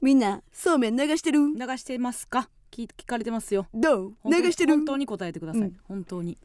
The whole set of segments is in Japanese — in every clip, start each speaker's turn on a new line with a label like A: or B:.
A: みんなそうめん流してる
B: 流してますか聞聞かれてますよ
A: どう
B: 本当に
A: 流してる
B: 本当に答えてください、
A: うん
B: 本当に、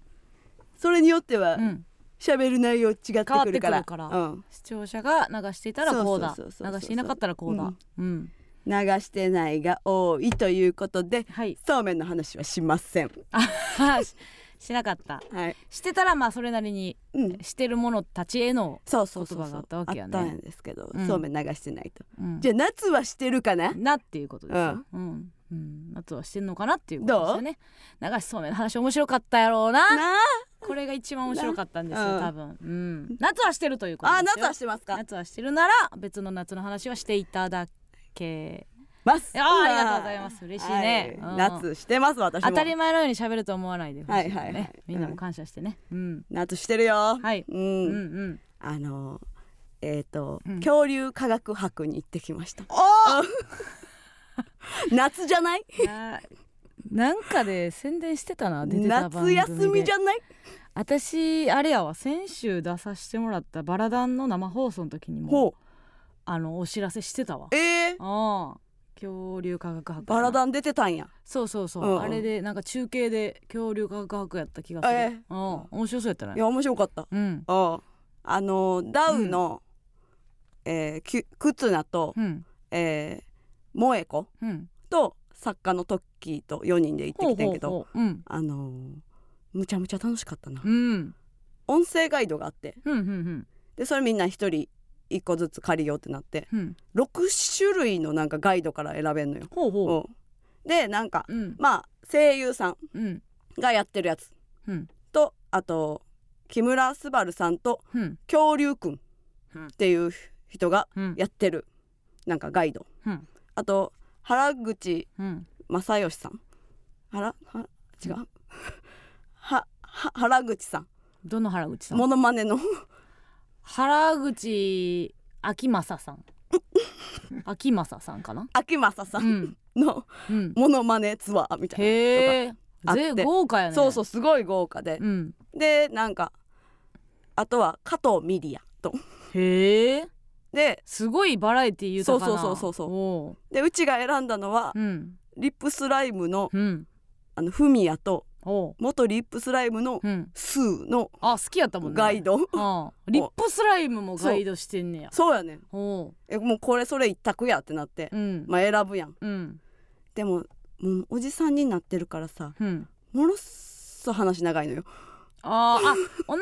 A: それによっては
B: うん、
A: 喋、る内容違ってくるから
B: 変わってくるから
A: うん、
B: 視聴者が流していたらこうだ
A: そうそうそうそうそう
B: 流していなかったらこうだうん、
A: 流してないが多いということで
B: はい
A: そうめんの話はしません
B: あししなかった
A: はい、
B: してたらまあそれなりに
A: うん、
B: してる者たちへの、
A: そうそうそう
B: 言
A: そ
B: 葉があ
A: う
B: ったわけやね
A: あったんですけど、
B: うん
A: そうめん流してないと
B: うん
A: じゃあ夏はしてるかな
B: なっていうことですよ、うんうん、あとはしてんのかなっていうことですよね流しそうめんの話面白かったやろうな
A: なあ
B: これが一番面白かったんです
A: な
B: よ
A: うん
B: 多分、うん、夏はしてるということです
A: あ
B: よ
A: 夏はしてますか
B: 夏はしてるなら別の夏の話はしていただけ
A: ます
B: あーありがとうございます嬉しいね
A: は
B: うん
A: 夏してます私も
B: 当たり前のように喋ると思わないでほしいよね、
A: はいはいはい
B: みんなも感謝してね、うん
A: 夏してるよ
B: はい
A: うん、
B: うんうん
A: あのえっ、と、
B: うん
A: 恐竜科学博に行ってきましたうん 夏じゃない
B: ななんかで宣伝してたな出てた番
A: 夏
B: 組で
A: 休みじゃない
B: 私あれやわ先週出させてもらったバラダンの生放送の時にも
A: ほ
B: あのお知らせしてたわ
A: うえー、
B: ああ恐竜科学博
A: バラダン出てたんや
B: そうそうそう、
A: うんうん
B: あれでなんか中継で恐竜科学博やった気がする、
A: ええ
B: うん面白そうやった
A: い
B: ね
A: や面白かった
B: うん
A: ああのダウの、えーきクツナと、
B: うん
A: えー、萌子
B: うん
A: と作家のトッキーと4人で行ってきてんけど
B: ほうほうほううん
A: あのーむちゃむちゃ楽しかったな、
B: うん
A: 音声ガイドがあって
B: うんうん
A: でそれみんな一人一個ずつ借りようってなって
B: うんうん
A: 6種類のなんかガイドから選べんのよ。
B: ほうほ
A: うんでなんか
B: ううん
A: まあ声優さん
B: うん
A: がやってるやつ
B: うん
A: とあと木村昴さんと
B: うん
A: 恐竜くんっていう人が
B: うん
A: やってるなんかガイド
B: うん
A: あと原口
B: うん
A: 正義さん原は違うはは原口さん
B: どの原口さん
A: モノマネの
B: 原口秋政さん秋政さんかな
A: 秋政さ
B: うんん
A: の
B: うん
A: モノマネツアーみたいな
B: へえ
A: あって
B: ぜ豪華やね
A: そうそうすごい豪華で、
B: うん
A: でなんかあとは加藤ミリアと
B: へえ
A: です
B: ごいバラエティ豊かな
A: そうそうそうそうそう
B: おう
A: でうちが選んだのは、
B: うん
A: リップスライムの
B: うん
A: あのフミヤと
B: おう
A: 元リップスライムの
B: うん
A: スーの
B: あ好きやったもんね
A: ガイド、
B: ドリップスライムもガイドしてんねや
A: そうやねん
B: おう
A: えもうこれそれ一択やってなって、
B: うん
A: まあ選ぶやん
B: うん
A: でももうおじさんになってるからさ
B: うん
A: ものっそ話長いのよ
B: あーあ同じ内容を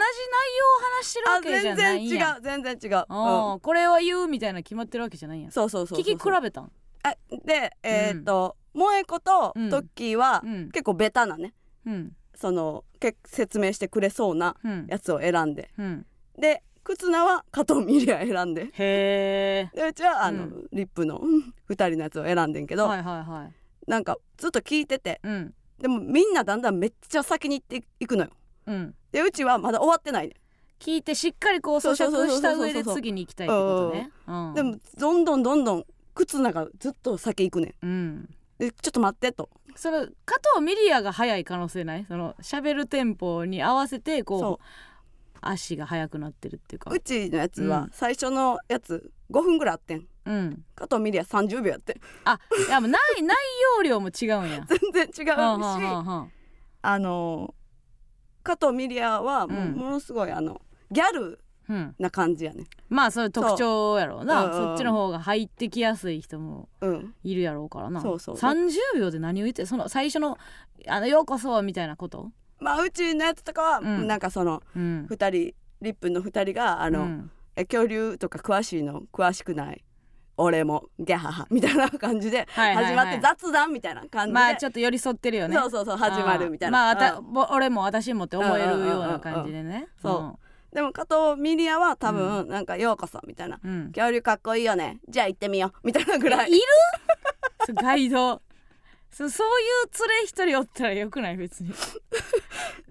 B: 話してる
A: あ
B: わけじゃ
A: 全
B: な
A: 然
B: いん
A: 違
B: や
A: う全然違う、
B: あ
A: うん
B: ーこれは言うみたいな決まってるわけじゃないんや
A: そうそうそうそう
B: 聞き比べたん
A: あでえーっと、萌子とト
B: うん
A: ッキーは、
B: うん
A: 結構ベタなね
B: うん
A: そのけ説明してくれそうな
B: うん
A: やつを選んで
B: うん
A: で忽那は加藤ミリア選んで
B: へ
A: でうちはあの、
B: う
A: リップの2人のや つを選んでんけ
B: え
A: ど、
B: はいはいはい
A: なんかずっと聞いてて
B: うん
A: でもみんなだんだんめっちゃ先に行っていくのよ
B: うん
A: でうちはまだ終わってないね、
B: 聞いてしっかりこう咀嚼した上で次に行きたいってことね。うん、
A: でもどんどんどんどん忽那がずっと先行くねん
B: うん、
A: でちょっと待ってと
B: その加藤ミリアが速い可能性ないその喋るテンポに合わせて
A: そ
B: こう足が速くなってるっていうか
A: ううちのやつ
B: う
A: は
B: ん
A: 最初のやつ5分ぐらいあってん
B: うん
A: 加藤ミリア30秒やってん
B: あいやもう内内容量も違うんや。
A: 全然違うし、
B: はんはんはんはん
A: あの加藤ミリアはもう
B: うん
A: ものすごいあのギャル
B: うん、
A: な感じやね
B: まあそれ特徴やろうな
A: そううんうん
B: そっちの方が入ってきやすい人も
A: うん
B: いるやろうからな
A: そうそう
B: 30秒で何を言ってその最初の「あのようこそ」みたいなこと、
A: まあうちのやつとかは、
B: うん
A: なんかその
B: うん、
A: 2人リップの2人があ
B: あ
A: の、
B: うん、
A: え恐竜とか詳しいの詳しくない俺もギャハハみたいな感じで
B: はいはいは
A: 始
B: い
A: まって雑談みたいな感じで、
B: まあちょっと寄り添ってるよね
A: そうそうそう始まるみたいな、
B: あーまああた
A: うん
B: ぼ俺も私もって思えるような感じでね
A: うんうんうんうんでも加藤ミリアは多分、なんか「ようこそ」みたいな
B: うん、うん
A: 「恐竜かっこいいよねじゃあ行ってみよう」みたいなぐらい
B: いるそう ガイドそそういう連れ一人おったらよくない別に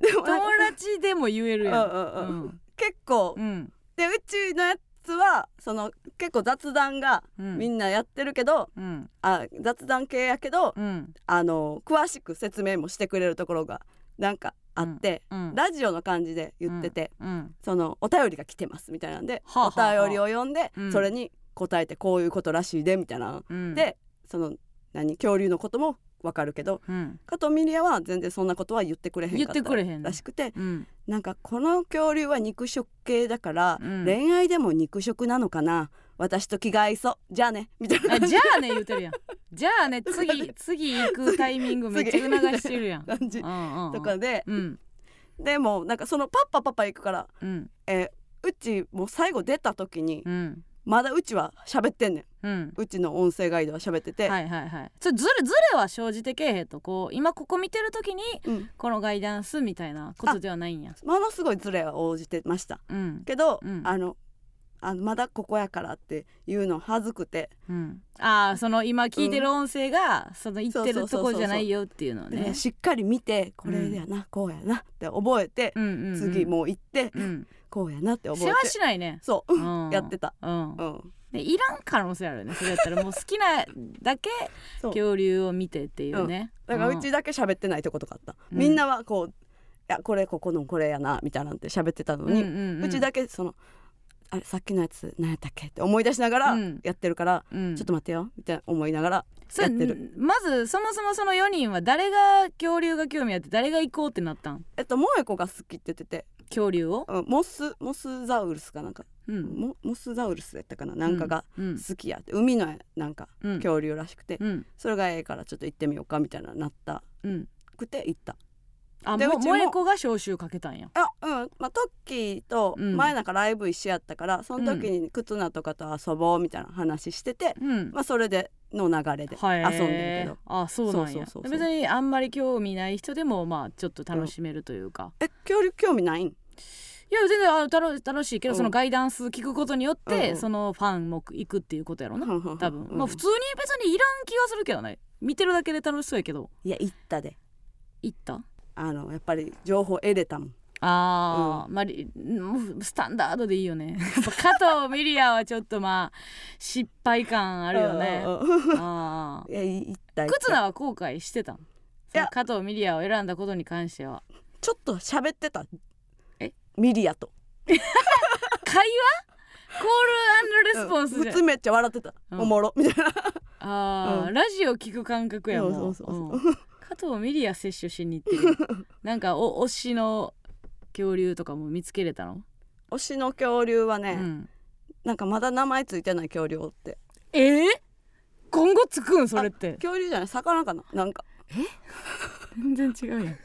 A: でも
B: 友
A: なんか
B: 達でも言えるやん
A: うんうんうん結構、
B: うん
A: でうちのやつはその結構雑談が
B: うん
A: みんなやってるけど、
B: うん
A: あ雑談系やけど、
B: うん
A: あの詳しく説明もしてくれるところがなんかあって、
B: うん
A: ラジオの感じで言ってて、
B: うん
A: そのお便りが来てますみたいなんで、
B: はあはあはあ
A: お便りを読んで、
B: うん
A: それに答えてこういうことらしいでみたいな、
B: うん
A: でその何恐竜のこともわかるけど
B: うん、
A: 加藤ミリアは全然そんなことは言ってくれへん
B: 言
A: か
B: っ
A: って
B: く
A: た
B: れへんの
A: らしくて
B: うん
A: なんかこの恐竜は肉食系だから、
B: うん
A: 恋愛でも肉食なのかな私と気が合いそうじゃあねみたいな
B: あじゃあね言うてるやんじゃあね次次行くタイミングめっちゃ促してる やん
A: 感じ
B: うんうん
A: とかで、
B: うん
A: でもなんかそのパッパパッパ行くから、
B: うん
A: えーうちもう最後出た時に
B: うん
A: まだうちは喋ってんねん
B: うん
A: うちの音声ガイドは喋ってて、
B: はいはいはいそれずれずれは生じてけえへんとこう今ここ見てる時に
A: うん、
B: このガイダンスみたいなことではないんや
A: ものすごいズレは応じてました
B: うん
A: けど、
B: うん
A: あのあのまだここやからっていうの恥ずくて、
B: うんああその今聞いてる音声がその言ってるとこじゃないよっていうのを
A: でね
B: ね
A: しっかり見てこれやな、こうやなって覚えて、
B: うんうんうん
A: 次もう行って、
B: うん
A: こうやなって覚え
B: 世
A: て
B: 話しないね
A: そう、
B: うん
A: やってた、
B: うん
A: うん、
B: でいらん可能性あるよねそれやったらもう好きなだけ
A: そう
B: 恐竜を見てっていうね
A: だからうちだけ喋ってないってことがあった、
B: うん
A: みんなはこういやこれここのこれやなみたいなんて喋ってたのに、うち
B: け
A: だけそのあれさっきのやつ何やったっけって思い出しながら
B: うん
A: やってるから、ち
B: ち
A: ょっと待ってよみたいな思いながらやってる、
B: まずそもそもその4人は誰が恐竜が興味あって誰が行こうってなったん
A: えっと萌子が好きって言ってて、
B: 恐竜を、
A: うん、モスモスザウルスかなんか、
B: うん、
A: モモスザウルスやったかななんかが
B: うん
A: 好きやって海のなんか
B: うん
A: 恐竜らしくて、
B: うん
A: それがええからちょっと行ってみようかみたいななった
B: うん
A: くて行った
B: あ
A: で
B: も
A: うちも
B: 萌子が招集かけたんや
A: あうんまあトッキーと
B: うん
A: 前なんかライブ一緒やったから、その時に忽那とかと遊ぼうみたいな話してて、
B: うん
A: まあそれでの流れで
B: はい
A: 遊んでるけど、
B: あそうなんや
A: そうそうそうそう
B: で別にあんまり興味ない人でもまあちょっと楽しめるというか、
A: え恐竜興味ないん
B: いや全然あの楽楽しいけ
A: う
B: ど、
A: ん
B: そのガイダンス聞くことによっ
A: うん
B: て、
A: うん
B: そのファンも行くっていうことやろな、多
A: 多
B: 分、まあ普通に別にいらん気がするけどね見てるだけで楽しそうやけど
A: いや行ったで
B: 行った
A: あのやっぱり情報得れたもん
B: あー、まありもうスタンダードでいいよね やっぱ加藤ミリアはちょっとまあ失敗感あるよね
A: うんうんうん
B: ああ
A: いやい行った行った
B: 忽那は後悔してたんその加藤ミリアを選んだことに関しては
A: ちょっと喋ってた
B: え
A: ミリアと
B: 会話コールレスポンス
A: うん
B: じ
A: 普
B: ゃん、
A: 通めっちゃ笑ってた、
B: うん
A: おもろみたいな
B: あー、
A: う
B: ラジオ聞く感覚やもん
A: そうそうそう
B: うん加藤ミリア摂取しに行っ てるなんかお推しの恐竜とかも見つけれたの、
A: 推しの恐竜はね、
B: うん、
A: なんかまだ名前ついてない恐竜おって
B: えー、今後つくんそれって
A: 恐竜じゃない魚かななんか
B: 全然違うやん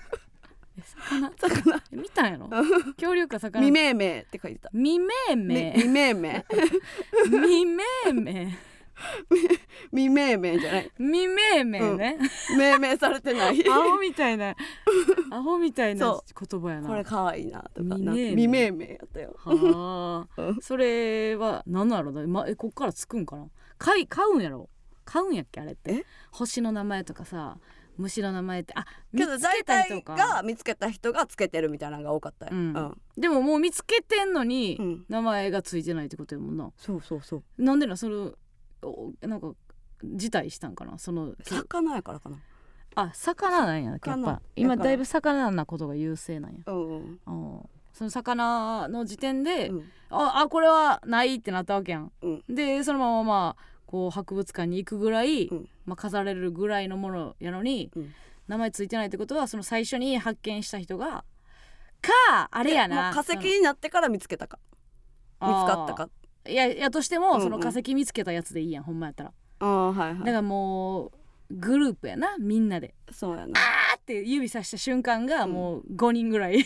B: え魚
A: 魚
B: 見たんやろ恐竜か魚
A: 未命名って書いてた
B: 未命
A: み
B: 名
A: 未命 名
B: 未命名
A: 未命名じゃない
B: 未命名ね、
A: 命名されてない
B: アホみたいなアホみたいな
A: そ
B: 言葉やな
A: これ可愛いなとか
B: 未命名
A: なんか未命名やったよ
B: は
A: う
B: あそれは何なんやろな、ま、えこっからつくんかな買い買うんやろ買うんやっけあれっ
A: え
B: て星の名前とかさ虫の名前ってあ見
A: けど
B: つ
A: 大
B: けた人
A: 体
B: か
A: が見つけた人がつけてるみたいなのが多かったよ、
B: う
A: うんん
B: でももう見つけてんのに、
A: うん
B: 名前がついてないってことやもんな
A: そうそうそう
B: なんでなそれおなんか辞退したんかなその
A: 魚やからかな
B: あ魚なんややっ
A: 魚だか
B: ぱ
A: ら
B: 今だいぶ魚なことが優勢なんや
A: うんうん
B: うんその魚の時点で、
A: うん
B: ああこれはないってなったわけやん、
A: うん
B: でそのまままあこう博物館に行くぐらい、
A: うん
B: まあ、飾られるぐらいのものやのに、
A: うん
B: 名前ついてないってことはその最初に発見した人がかあれやな
A: もう化石になってから見つけたか見つかったか
B: いややとして
A: うん
B: も
A: うん
B: その化石見つけたやつでいいやんほんまやったら
A: ああはい
B: だ
A: は
B: か
A: い
B: らもうグループやなみんなで
A: そうやな
B: あーって指さした瞬間が
A: うん
B: もう5人ぐら い、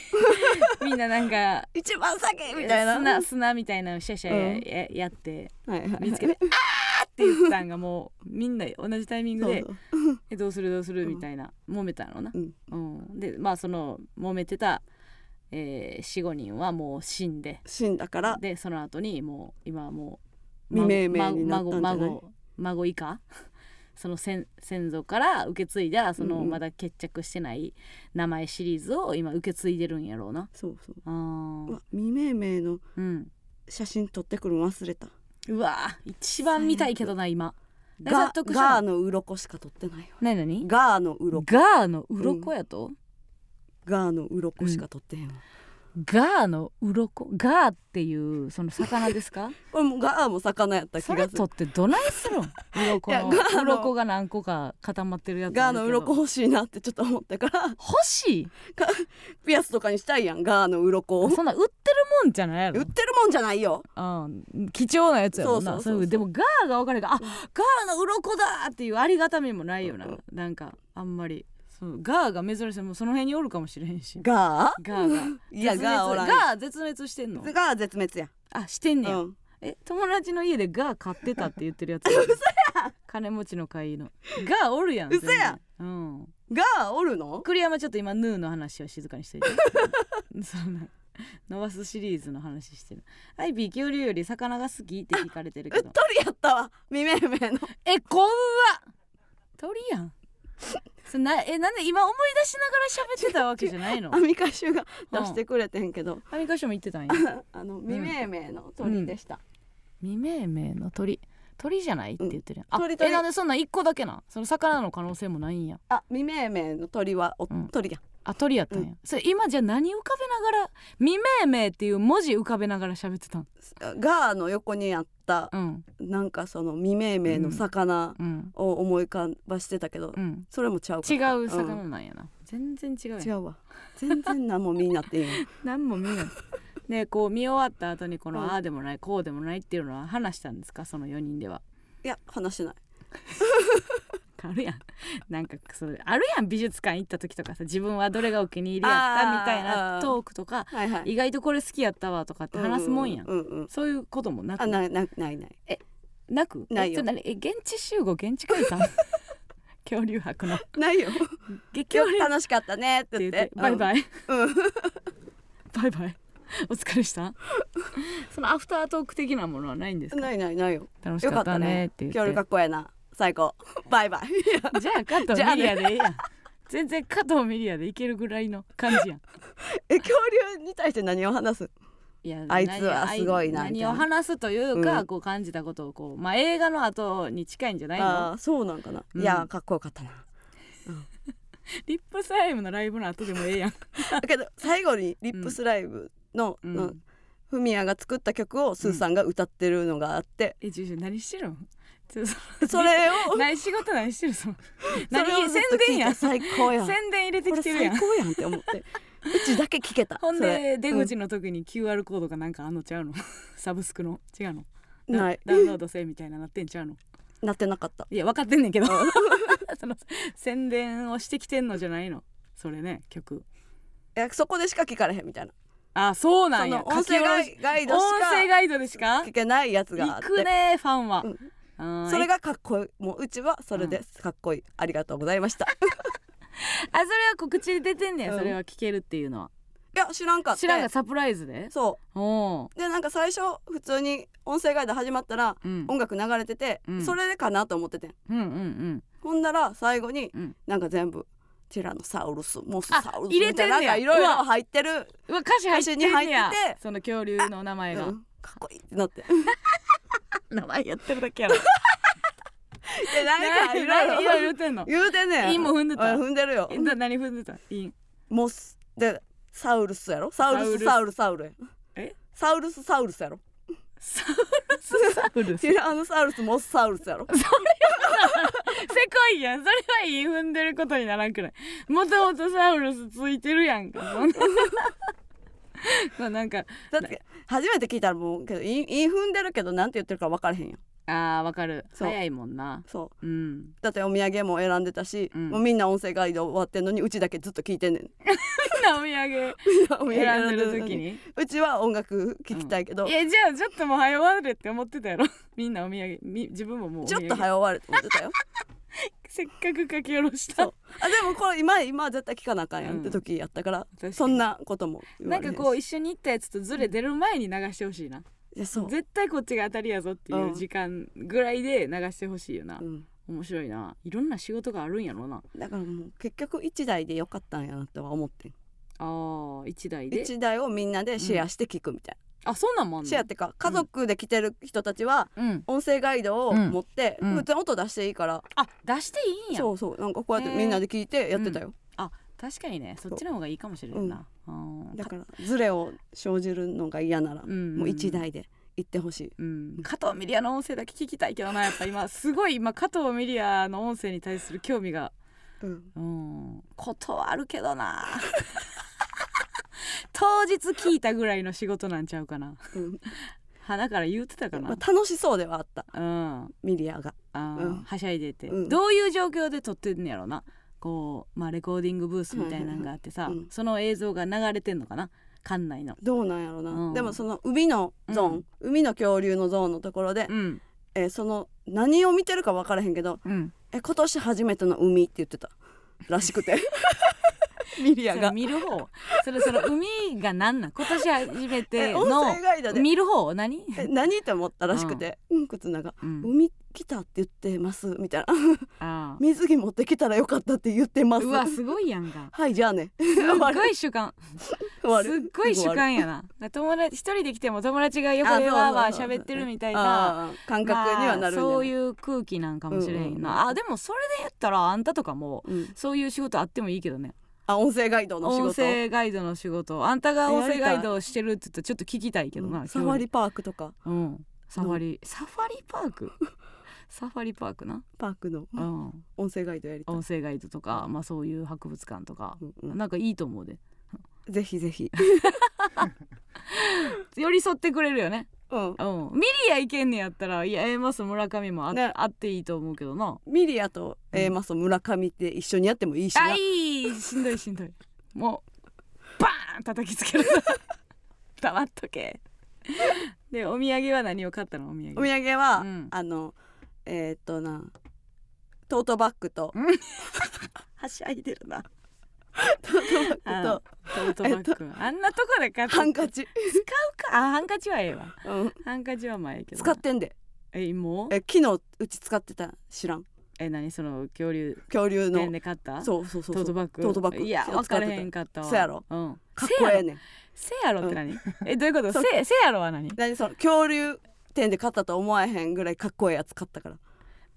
B: みんななんか
A: 一番先みたいな
B: 砂砂みたいなのシャシ
A: うん
B: ャや,や、やって
A: はいはいはい
B: 見つけて「あー!」って言ったんがもうみんな同じタイミング
A: そう
B: で
A: そう
B: 「えどうするどうする」
A: うん
B: みたいな揉めたのな
A: う、ん
B: うん、でまあその揉めてた、えー、45人はもう死んで
A: 死んだから
B: でその後にもう今はもう
A: 未命名になったんじゃない
B: 孫孫孫以下 その先先祖から受け継いだその
A: うんうん
B: まだ決着してない名前シリーズを今受け継いでるんやろうな
A: そうそう
B: あ
A: う
B: ー
A: わ未命名の
B: うん
A: 写真撮ってくるの忘れた
B: うわ一番見たいけどな今
A: ガ
B: 納得した
A: ガーの鱗しか撮ってないわ
B: 何何
A: ガーの鱗
B: ガーの鱗やと、
A: ガーの鱗しか撮ってへんわ、
B: ガーの鱗ガーっていうその魚で すか
A: これもガーも魚やった気
B: そ
A: が
B: れ
A: する
B: 取ってどないするん鱗
A: いや
B: の
A: ガーの
B: 鱗が何個か固まってるやつ
A: ガー
B: あるけ
A: の
B: ど
A: 鱗欲しいなってちょっと思ったから
B: 欲しい
A: ピアスとかにしたいやんガーの鱗を売って
B: そんな売ってるもんじゃないやろ
A: るもんじゃないよ
B: うん、貴重なやつやもんな
A: そうそうそうそう
B: そういうでもガーが分かるからあガーの鱗だっていうありがたみもないよな、
A: うん
B: なんかあんまりそうガーが珍しいもうその辺におるかもしれへんし
A: ガー
B: ガーが
A: いや
B: 絶滅
A: ガーおらん
B: ガー絶滅してんの
A: ガー絶滅や
B: あしてんねや、
A: うん
B: え友達の家でガー買ってたって言ってるやつ嘘 や金持ちの会のガーおるやん
A: 嘘や
B: 全然うん
A: ガーおるの
B: 栗山ちょっと今ヌーの話を静かにし といてそんな伸ばすシリーズの話してるアイビー恐竜より魚が好きって聞かれてる
A: う
B: け
A: っと
B: ど
A: りやったわみめめの
B: えこんわ鳥やんそなえなんで今思い出しながら喋ってたわけじゃないの
A: アミカシュが出してくれてんけど、
B: アミカショも言ってたんや
A: あの未命名の鳥でした、
B: 未命名の鳥鳥じゃないって言ってるやん、あ
A: 鳥鳥
B: えなんでそんなん一個だけなんその魚の可能性もないんや
A: あ未命名の鳥はお、
B: ん
A: 鳥や
B: あ鳥やったんや、それ今じゃあ何浮かべながら未命名っていう文字浮かべながら喋ってたん
A: ガーの横にあった
B: うん
A: なんかその未命名の魚
B: うん
A: を思い浮かばしてたけど、
B: うん
A: それもちゃうか
B: 違
A: った
B: う魚なんやな、全然違うやん
A: 違うわ全然何も見になっていいよ
B: 何も見 ないねこう見終わった後にこ
A: うん
B: のああでもないこうでもないっていうのは話したんですかその4人ではい
A: や話してない
B: あるやん なんかそれあるやん美術館行った時とかさ自分はどれがお気に入りやった
A: あー
B: みたい
A: あ
B: な
A: ー
B: トークとか
A: はいはい
B: 意外とこれ好きやったわとかって話すもんやん、
A: うんうん、
B: そういうこともなく
A: あないないないない
B: なく
A: ないよ
B: えちょ何え現地集合現地解散 恐竜博 の
A: ない よ
B: 激
A: 今
B: 恐
A: 日
B: 竜っ
A: 楽しかったねって
B: て
A: 言
B: 言
A: っ
B: っててバイ
A: イ、
B: バイ
A: うんうん、
B: バイバイお疲れした そのアフタートーク的なものはないんですか
A: ないないないよ
B: 楽し
A: よ
B: か
A: かっ
B: った
A: た
B: ね
A: ね
B: って言って
A: 恐竜かっこええな最高 バイバイ
B: じゃあ加藤
A: じゃあ
B: ミリ
A: ね
B: アでええやん全然加藤ミリアでいけるぐらいの感じやん
A: え恐竜に対して何を話す
B: いや
A: あいつは
B: 何
A: すごいなみたい
B: 何
A: な
B: を話すというか、
A: うん
B: こう感じたことをこう、まあ、映画の後に近いんじゃない
A: あ
B: の
A: あそうなんかな、
B: うん
A: いやかっこよか ったな
B: リップスライムのライブの後でもええやん、
A: だけど最後にリップスライブの、
B: う
A: うん
B: ん、
A: フミヤが作った曲をスーさんが歌ってるのがあって、
B: え住所何してるんちょ
A: それを
B: 何仕事何してるその
A: そ
B: 何
A: れをずっ
B: 宣
A: と聞
B: 伝
A: い
B: や
A: て
B: ん宣
A: 最高やんこ
B: 伝入れて
A: れ
B: きてる
A: 最
B: やん
A: 高やんって思ってうちだけ聞 けた
B: ほん
A: それ
B: で出口の時に QR コードかなんかあんのちゃうの サブスクの違うのダ
A: ない
B: ダウンロードせえみたいななってんちゃうの
A: なってなかった
B: いや分かってんねんけど その宣伝をしてきてんのじゃないのそれね曲
A: いやそこでしか聞かれへんみたいな
B: あそうな
A: そ
B: んや
A: の音声ガイガイ
B: 書き
A: ド
B: 下ろ
A: し
B: し音声
A: か
B: ガイドでしか
A: 聞けないやつがあ
B: 行
A: って
B: くねファンは
A: うん、
B: うん
A: それ
B: が
A: がかっこいいもううちはそれです、かっこいいありがとうございました
B: あそれは告知で出てんねや、
A: うん
B: それは聞けるっていうの はい
A: や知らんかった
B: 知らんがサプライズで
A: そ
B: おう
A: うでなんか最初普通に音声ガイド始まったら
B: うん
A: 音楽流れてて、
B: うん
A: それでかなと思っててん
B: うんうんうん
A: ほんなら最後に
B: うん
A: なんか全部ティラノサウルスモスサウル
B: あ入
A: ス
B: れ
A: みた
B: て
A: い
B: ん
A: なな
B: ね
A: ん
B: や
A: かいろいうろ
B: わ
A: 入ってる、
B: うわ歌詞入ってんね
A: 歌詞に入
B: や
A: ってて
B: その恐竜の名前
A: う
B: が、
A: んかっこいいってなって
B: 名前やってるだけやろ
A: でなんかいろい
B: いろ
A: ろ
B: いろ言ってんの
A: 言うてんね
B: 韻も踏んでた
A: う踏んでるよ
B: えな何踏んでたいい
A: モスでサウルスやろサウルス
B: サ
A: サ
B: ウ
A: ウルスサウルス
B: え
A: サウルスサウルスやろ
B: サウルスサウ ルス
A: ティラノサウルスモスサウルスやろ
B: せこいやんそれはいい踏んでることにならんくらいもともとサウルスついてるやんか そんなまあなんか
A: だって初めて聞いたらもうけど韻韻踏んでるけどなんて言ってるか分からへんやん
B: あーわかる
A: そう
B: 早いもんな
A: そう
B: うん
A: だってお土産も選んでたし、
B: うん
A: もうみんな音声ガイド終わってんのにうちだけずっと聞いてんねん
B: 変なお土
A: お土
B: 産
A: 産
B: 選んでる
A: の
B: 時に
A: うちは音楽聞きたいけど、
B: いやじゃあちょっともう早終わるって思ってたやろ みんなお土産み自分ももうお
A: ち
B: 土
A: ょっ
B: 産
A: と早終わると思ってたよ
B: せっかく書き下ろし
A: そ
B: た
A: うあでもこれ今今は絶対聞かなあかんやんって時やったから、
B: うん
A: そんなことも言
B: な
A: わ
B: ん
A: れへ
B: か
A: し
B: こう一緒に行ったやつとズレ出る前に流してほしいな、
A: いやそう、
B: 絶対こっちが当たりやぞっていう時間ぐらいで流してほしいよな、
A: うん、
B: 面白いないろんな仕事があるんやろな
A: だからもう結局1台でよかったんやなっては思ってん
B: あー一台で
A: 1台をみんなでシェアして聞くみたい
B: あそんなんもあ
A: な、
B: んの
A: シェアってか家族で来てる人たちは
B: うん
A: 音声ガイドを持って、
B: うんうん
A: 普通に音出していいから、
B: あ出していいんや
A: そうそうなんかこうやってみんなで聞いてやってたよ、
B: 確かにねそっちの方がいいかもしれんな、うん
A: だからズレを生じるのが嫌なら、
B: ん
A: もう一台で行ってほしい
B: うん加藤ミリアの音声だけ聞きたいけどなやっぱ今すごい今加藤ミリアの音声に対する興味が
A: うん
B: うん断るけど な当日聞いたぐらいの仕事なんちゃ うかな
A: うん
B: 鼻から言うてたか
A: まあ
B: な
A: 楽しそうではあった
B: うん
A: ミリアが
B: あー
A: うん
B: はしゃいでて、
A: うん
B: どういう状況で撮ってんのやろなこう、まあ、レコーディングブースみたいなのがあってさ、
A: はいはいはいうん
B: その映像が流れてんのかな館内の。
A: どうなんやろな、
B: うん
A: でもその海のゾーン、
B: うん
A: 海の恐竜のゾーンのところで、
B: うん
A: えーその何を見てるか分からへんけど
B: うん、
A: え今年初めての海って言ってたらしくてミリ
B: そ
A: ア
B: れ
A: が
B: 見る方それその海が何なん今年初めて
A: え音声
B: の
A: ガイドで
B: 見る方何、
A: え何って思ったらしくて、うん、忽那が「
B: うん、
A: 海来たって言ってます」みたいな 「
B: あー
A: 水着持ってきたらよかったって言ってます」
B: うわすごいや んか
A: はいじゃあね
B: すっ
A: 終わる
B: ごい主観
A: 終わ
B: す
A: る
B: っごい主
A: 終わる
B: 観やな友達一人で来ても友達が横
A: あ
B: で
A: そう
B: わーわー
A: そうそう
B: 喋ってるみたいな
A: あー感覚にはなるんじゃない、
B: まあそういう空気なんかもしれへんな、
A: うんうんうん
B: あでもそれで言ったらあんたとかも
A: うん
B: そういう仕事あってもいいけどね
A: あ音声ガイドの仕
B: 音
A: 事
B: 声ガイドの仕事あんたが音声ガイドをしてるって言ったらちょっと聞きたいけどな、
A: うん
B: 興
A: サ
B: 味
A: ファリパークとか
B: うんサファリサファリパーク サファリパークな、
A: パークの
B: うん、
A: 音声ガイドやりたい
B: 音声ガイドとか、まあ、そういう博物館とか、
A: うんうん
B: なんかいいと思うで
A: ぜひぜ ひ、
B: 寄り添ってくれるよね
A: うん、
B: うん、ミリアいけんねやったらいや A マス村上もあ,、
A: ね
B: あっていいと思うけどな
A: ミリアと、
B: うん
A: えーマス村上って一緒にやってもいいしな
B: あいいしんどいしんどいもうバーン叩きつける 黙っとけでお土産は何を買ったのお土産
A: お土産は、
B: うん
A: あのえーっとなトートバッグ と
B: うん
A: はしゃいでるなトート
B: あ
A: バッグ
B: トートバッグ、あんなとこで買っ
A: と
B: た
A: ハンカチ、
B: あハンカチはええわ
A: うん、
B: ハンカチはまあええけど
A: 使
B: な
A: ってんで
B: えもう
A: え昨日うち使ってた知らん
B: え何その恐竜
A: 恐竜の
B: 店で買った
A: そうそうそうそ
B: トート
A: う
B: バッグ
A: トートバッグ
B: いや
A: 昨日
B: 分
A: 使
B: か
A: って
B: れ
A: た
B: へんかったわ
A: そやろ
B: うん
A: かっこええねん
B: せやろって何、えどういうことせ
A: そう
B: せやろは何
A: 何その恐竜店で買ったと思えへんぐらいかっこええやつ買ったから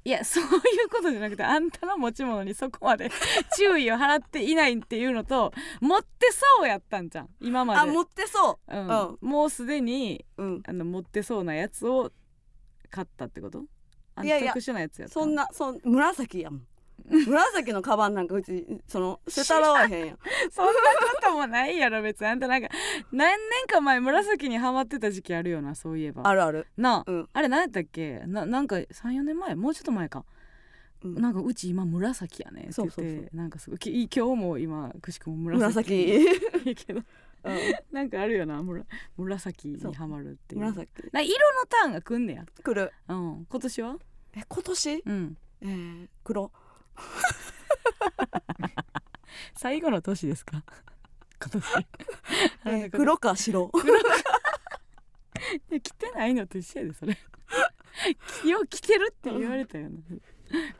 B: いや そういうことじゃなくてあんたの持ち物にそこまで 注意を払っていないっていうのと持ってそうやったんじゃん今まで
A: あ持ってそ
B: うん
A: うん
B: もうすでに
A: ううん
B: あの持ってそうなやつを買ったってことあの
A: いやいや
B: 特殊なやつやった
A: そんなそん紫やもん紫のカバンなんかうちそのせたらわへんやん
B: そんなこともないやろ別にあんたなんか何年か前紫にハマってた時期あるよなそういえば
A: あるある
B: なあ、
A: うん
B: あれ何やったっけななんか34年前もうちょっと前か、
A: うん
B: なんかうち今紫やねって言って
A: そうそうそ
B: なんかすごいき今日も今くしくも紫
A: 紫
B: いいけど
A: う
B: なんかあるよなむら紫
A: そう
B: にハマるってい
A: ん
B: う
A: 紫
B: な色のターンが来んねや、
A: 来る
B: うん、今年は
A: え今年
B: うん
A: えー、黒
B: 最後の年で すか今 年
A: え
B: あな
A: ー
B: た今年
A: 黒か白
B: で着てないのと一緒やでそれきよう着てるって言われたよな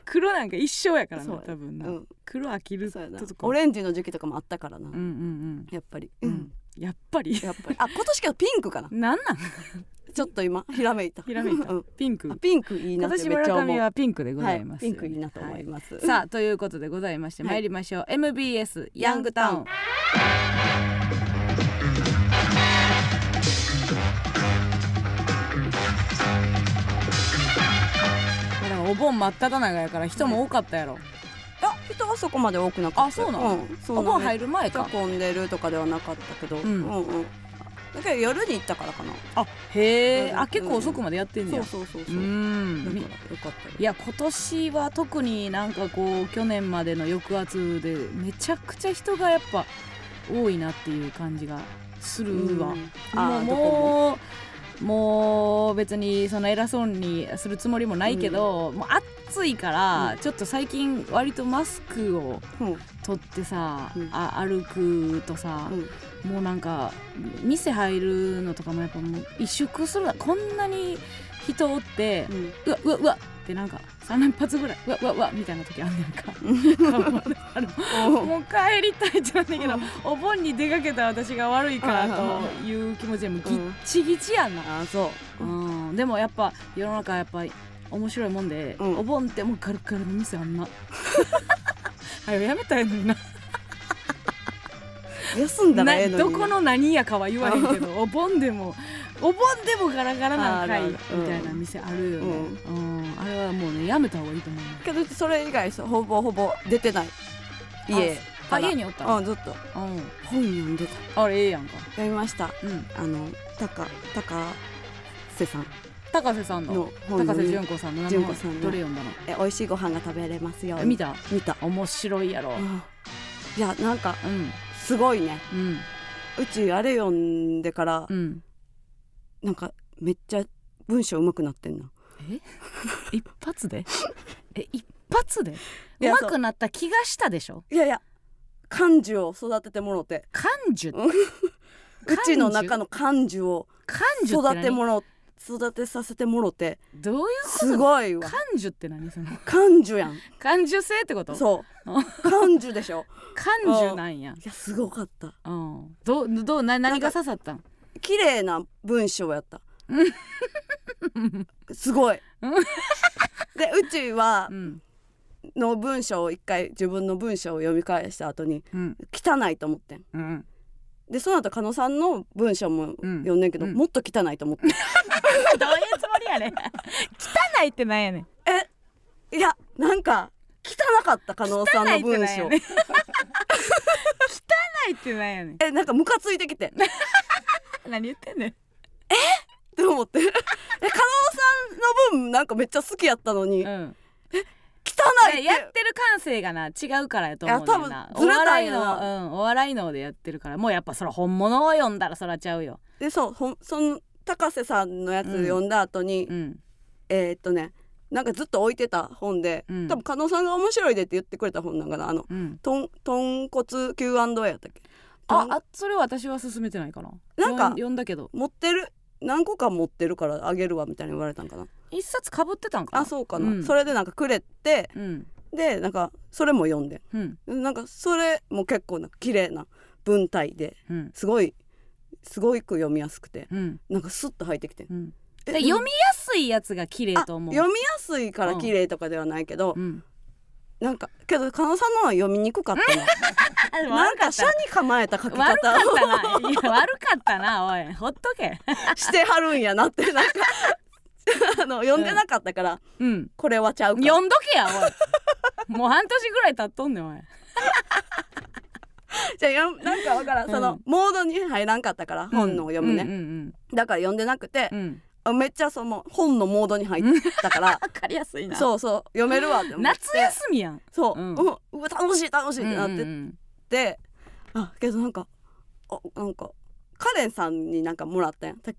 B: 黒なんか一生やから
A: そう
B: な
A: や
B: 多分
A: う
B: な、
A: ん
B: 黒飽きる
A: そうやな
B: とこ
A: オレンジの時期とかもあったからな、
B: うんうん
A: やっぱり、
B: うん、うん、やっぱり
A: やっぱりあ今年からピンクかな
B: なんなん
A: ちょっと今ひらめいた
B: ひらめいた
A: うん
B: ピンク
A: あピンクいいな
B: 今
A: って
B: 年
A: めっちゃ
B: 村
A: 思
B: 上
A: う
B: はピンクでございます
A: はい、ピン
B: よね、
A: クいいなと思います、
B: さあということでございまして
A: はい
B: 参りましょう、MBS ヤングタウンだからお盆真っ只中やから人も多かったやろ、
A: あ人はそこまで多くなかった
B: あそうなの
A: ん、そう
B: お
A: なの
B: 盆入る前か
A: 混んでるとかではなかったけど、うんうんだけど夜に行ったからかな
B: あへえ、
A: うん
B: あ結構遅くまでやってんね
A: そ
B: や
A: うそうそう
B: う
A: そう、だから
B: ん
A: よかったよ
B: いや今年は特になんかこう去年までの抑圧でめちゃくちゃ人がやっぱ多いなっていう感じがするわ、
A: あーどこも
B: もうもうもう別にその偉そうにするつもりもないけど、もう暑いから、
A: うん
B: ちょっと最近割とマスクを
A: うん
B: 取ってさ、
A: うん
B: あ歩くとさ、もうなんか店入るのとかもやっぱもう萎縮するなこんなに人おって
A: う、ん
B: うわうわうわってなんか3連発ぐらいうわうわうわみたいな時あんねんかあの
A: うん
B: もう帰りたいじゃうんだけど
A: うん
B: お盆に出かけた私が悪いから
A: うん
B: という気持ちでもうギッチギチやんな、
A: あそううん
B: でもやっぱ世の中やっぱ面白いもんで、
A: うん
B: お盆ってもうガルガル の店あんなあれやめたらいいのにな
A: 休んだらええ
B: な
A: のに
B: どこの何やかは言わへんけどお盆でもお盆でもガラガラなんかい
A: あるある
B: みたいな店あるよねうんあれはもうねやめた方がいいと思う
A: けどそれ以外さほぼほぼ出てない家
B: あ
A: から
B: 家におった
A: うんずっと
B: うん
A: 本読んでた
B: あれええやんか
A: 読みました
B: うん
A: あの高高瀬さん
B: 高瀬さんの
A: の本
B: 高
A: 読
B: 瀬
A: み
B: 純子さんの名
A: 純
B: 前
A: 子さんの
B: どれ読んだの
A: え美味しいご飯が食べれますよ
B: え見た
A: 見た
B: 面白いやろ
A: うんいやなんか
B: うん
A: すごいね
B: うん
A: うちあれ読んでから
B: うん
A: なんかめっちゃ文章上手くなってんな
B: え 一発でえ一発で
A: いや
B: 上手くなった気がしたでしょ
A: いやいや漢字を育ててもろて
B: 感受
A: うん うちの中の漢字を
B: 感受って
A: 育て
B: 何
A: もろ育てさせてもろて
B: どういうこと
A: すごいわ
B: 感受って何その
A: 漢字やん
B: 感受性ってこ と
A: そう漢字でしょ
B: 感受なんや
A: いやすごかった
B: うんどうどうな何が刺さったん
A: 綺麗な文章や ったすご い
B: うん
A: でうちは
B: うん
A: の文章を一回自分の文章を読み返した後に
B: うん
A: 汚いと思ってん
B: うん
A: でその後加野さんの文章も読んでんけど、
B: うん
A: もっと汚いと思って
B: どういうつもりやねん汚いってなんやねん
A: いやなんか汚かった加納さんの文章、
B: 汚いってなん やねん
A: えなんかムカついてきて っ
B: 何言ってんねん
A: て思 ってえ加納さんの分なんかめっちゃ好きやったのに、
B: う
A: 汚
B: ん
A: いって
B: やってる感性がな違うからやと思うねんない
A: や多分ずれ
B: お
A: たん
B: 笑い
A: やな
B: のうんお笑いのでやってるからもうやっぱそら本物を読んだらそらちゃうよ
A: でそうほんその高瀬さんのやつ
B: うん
A: 読んだ後に、
B: うん
A: えー、っとねなんかずっと置いてた本で、
B: うん
A: 多分加納さんが面白いでって言ってくれた本なんかなあの
B: うん
A: とん豚骨 Q&A やったっけ
B: あ
A: とん
B: あそれ私は勧めてないかな
A: なんか
B: よ読んだけど
A: 持ってる何個か持ってるからあげるわみたいに言われたんかな
B: 一冊かぶってたんかな
A: あそうかな、
B: うん
A: それでなんかくれて
B: うん
A: でなんかそれも読んで
B: うん
A: なんかそれも結構なんか綺麗な文体で
B: うん
A: すごいすごく読みやすくて
B: うん
A: なんかスッと入ってきて
B: うん
A: え
B: で読みやすいやつが綺麗と思う
A: あ読みやすいから綺麗とかではないけど、
B: うん
A: なんかけど加納さんのは読みにくかっ たな、
B: 悪
A: なん
B: か
A: か
B: っ
A: 社
B: た
A: に構えた書き
B: 悪か
A: 方を
B: ったないや悪かったなおいほっとけ
A: してはるんやなってなんか あの読んでなかったから、
B: うん
A: これはちゃうか
B: 読んどけやおいもう半年ぐらい経っとんねんおい
A: じゃあやんなんかわからん、そのモードに入らんかったから、本のを読むね、
B: うんうん
A: だから読んでなくて
B: うんう、ん
A: あめっちゃその本のモードに入ったから
B: わかりやす いな
A: そうそう読めるわって思って
B: 夏休みやん
A: そう、
B: う
A: うんんうわ楽しい楽しいってなって
B: うんうん
A: て、あけどなんかあなんかカレンさんになんかもらったやん滝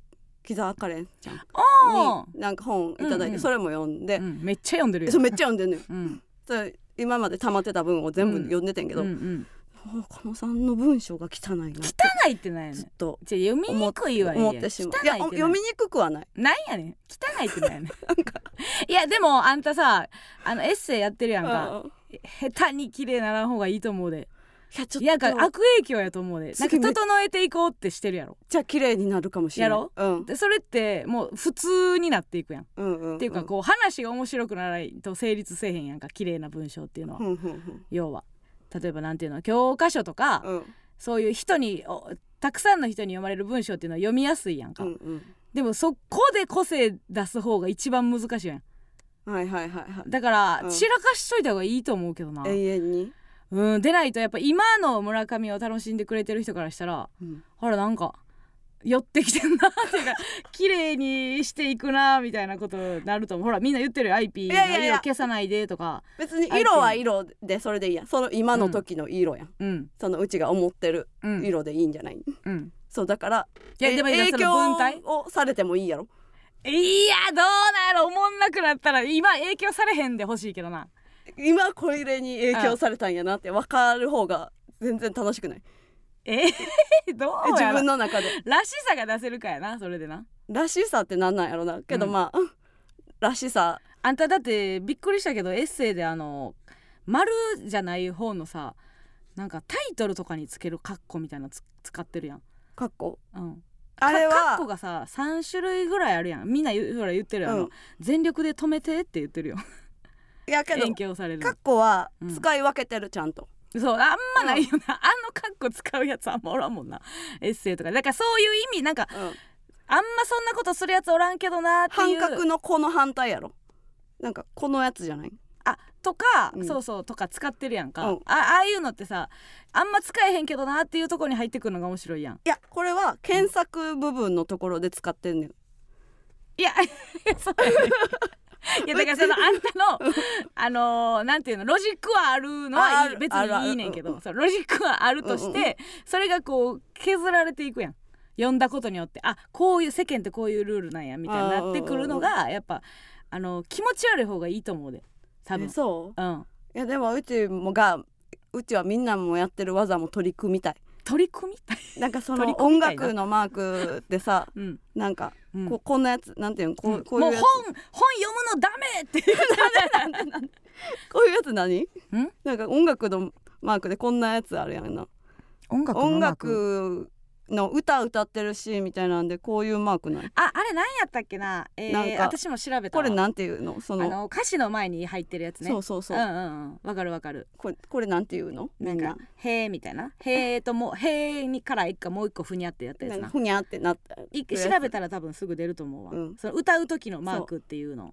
A: 沢カレンちゃん
B: あ
A: になんか本いただいて、
B: うんうん
A: それも読んで、
B: ーうんめっちゃ読んでるやん
A: そうめっちゃ読んでんのよ
B: うん
A: それ今まで溜まってた分を全部読んでてんけ
B: うん
A: ど、
B: う
A: うん加野さんの文章が汚いなって
B: 汚いってなんやね
A: ず
B: ん
A: っと
B: じゃあ読みにくいわ
A: 思ってしまういや
B: 汚いって
A: 読みにくくはない
B: なんやねん汚いっ てなんやねんいやでもあんたさあのエッセイやってるやんか
A: うん
B: 下手に綺麗ならん方がいいと思うで
A: いやちょっと
B: いやなんか悪影響やと思うでなん
A: 次
B: か
A: め
B: 整えていこうってしてるやろ
A: じゃあ綺麗になるかもしれない
B: やろ
A: うん
B: でそれってもう普通になっていくやんっ
A: うんうん、
B: ていうかこう話が面白くならないと成立せえへんやんか綺麗な文章っていうのは
A: うんうんうん
B: 要は例えばなんていうの教科書とか
A: うん
B: そういう人におたくさんの人に読まれる文章っていうのは読みやすいやんか、
A: うん
B: でもそこで個性出す方が一番難しいやん
A: うんはいはいはいはい
B: だから、
A: うん
B: 散らかしといた方がいいと思うけどな、
A: 永遠に、
B: うんでないとやっぱ今の村上を楽しんでくれてる人からしたらあらなんか寄ってきてんなっていうか 綺麗にしていくなみたいなことになると思うほらみんな言ってるよ IP の
A: いやいやいや
B: 色消さないでとか
A: 別に色は色でそれでいいやんその今の時の色やん、
B: うん
A: そのうちが思ってる
B: うん
A: 色でいいんじゃない、
B: うん
A: そうだから
B: いやでもい
A: え
B: やそ
A: 影
B: の文体
A: 響をされてもいいやろ
B: いやどうなるおもんなくなったら今影響されへんでほしいけどな
A: 今これに影響されたんやなって分かる方が全然楽しくない
B: え ど
A: え
B: う
A: 自
B: やろ
A: 分の中で
B: らしさが出せるかやなそれでな
A: らしさってなんなんやろなけど
B: うん
A: まあ、らしさ
B: あんただってびっくりしたけどエッセイであの丸じゃない方のさなんかタイトルとかにつけるカッコみたいなのつ使ってるやん。
A: かっこ
B: うん、
A: あれ
B: カッ
A: は
B: コがさ3種類ぐらいあるやんみんな言うほら言ってるやん、あ
A: う
B: の
A: ん
B: 全力で止めてって言ってるよ
A: いやけど
B: 勉強される
A: か
B: の
A: っこは
B: うん
A: 使い分けてるちゃんと、
B: そうあんまないよな、あのカッコ使うやつあんまおらんもんなエッセイとかだからそういう意味なんか
A: うん、
B: あんまそんなことするやつおらんけどなってい
A: 半
B: う
A: 角のこの反対やろなんかこのやつじゃない
B: あとか、
A: うん
B: そうそうとか使ってるやんか、
A: うん
B: あああいうのってさあんま使えへんけどなっていうところに入ってくるのが面白いやん
A: いやこれは検索部分のところで使ってんねん
B: いや そうやねいやだからそのあんたのあのーなんていうのロジックはあるの
A: あ
B: は
A: あ
B: いい
A: る
B: 別
A: あるあ
B: に
A: る
B: いいねんけ
A: うん
B: どそうロジックはあるとし
A: うんう
B: てそれがこう削られていくやん読んだことによってあこういう世間ってこういうルールなんやみたいになってくるのがやっぱあの気持ち悪い方がいいと思うで多分
A: えそう
B: うん
A: いやでもうちもがうちはみんなもやってる技も取り組みたい
B: 取り組みたい
A: なんかそ
B: 取
A: の
B: り組
A: 音
B: みたいな
A: 楽のマークでさ
B: うん
A: なんか
B: うん
A: こうこんなやつなんていうのこ
B: うん
A: うこういう
B: もう
A: や
B: 本
A: つ
B: 本読むのダメって言ってたね
A: こ ういうやつ何なんか音楽のマークでこんなやつあるやんな
B: 音楽
A: 音楽の歌歌ってるシーンみたいなんでこういうマークない
B: ああれ何やったっけな,、えー、
A: なんか
B: 私も調べた
A: こ
B: わ
A: れなんていうのそ
B: あ
A: の
B: の歌詞の前に入ってるやつね
A: そうそうそう、
B: うんうんうんわかるわかる
A: これこれなんていうのみ
B: なんん
A: な
B: か「へーみたいな「へーともう「へーにから一回もう一個ふにゃってやったや
A: な
B: つ
A: んか
B: な
A: ふにゃってなった
B: い調べたら多分すぐ出ると思うわ、
A: うん
B: その歌う時のマークっていうの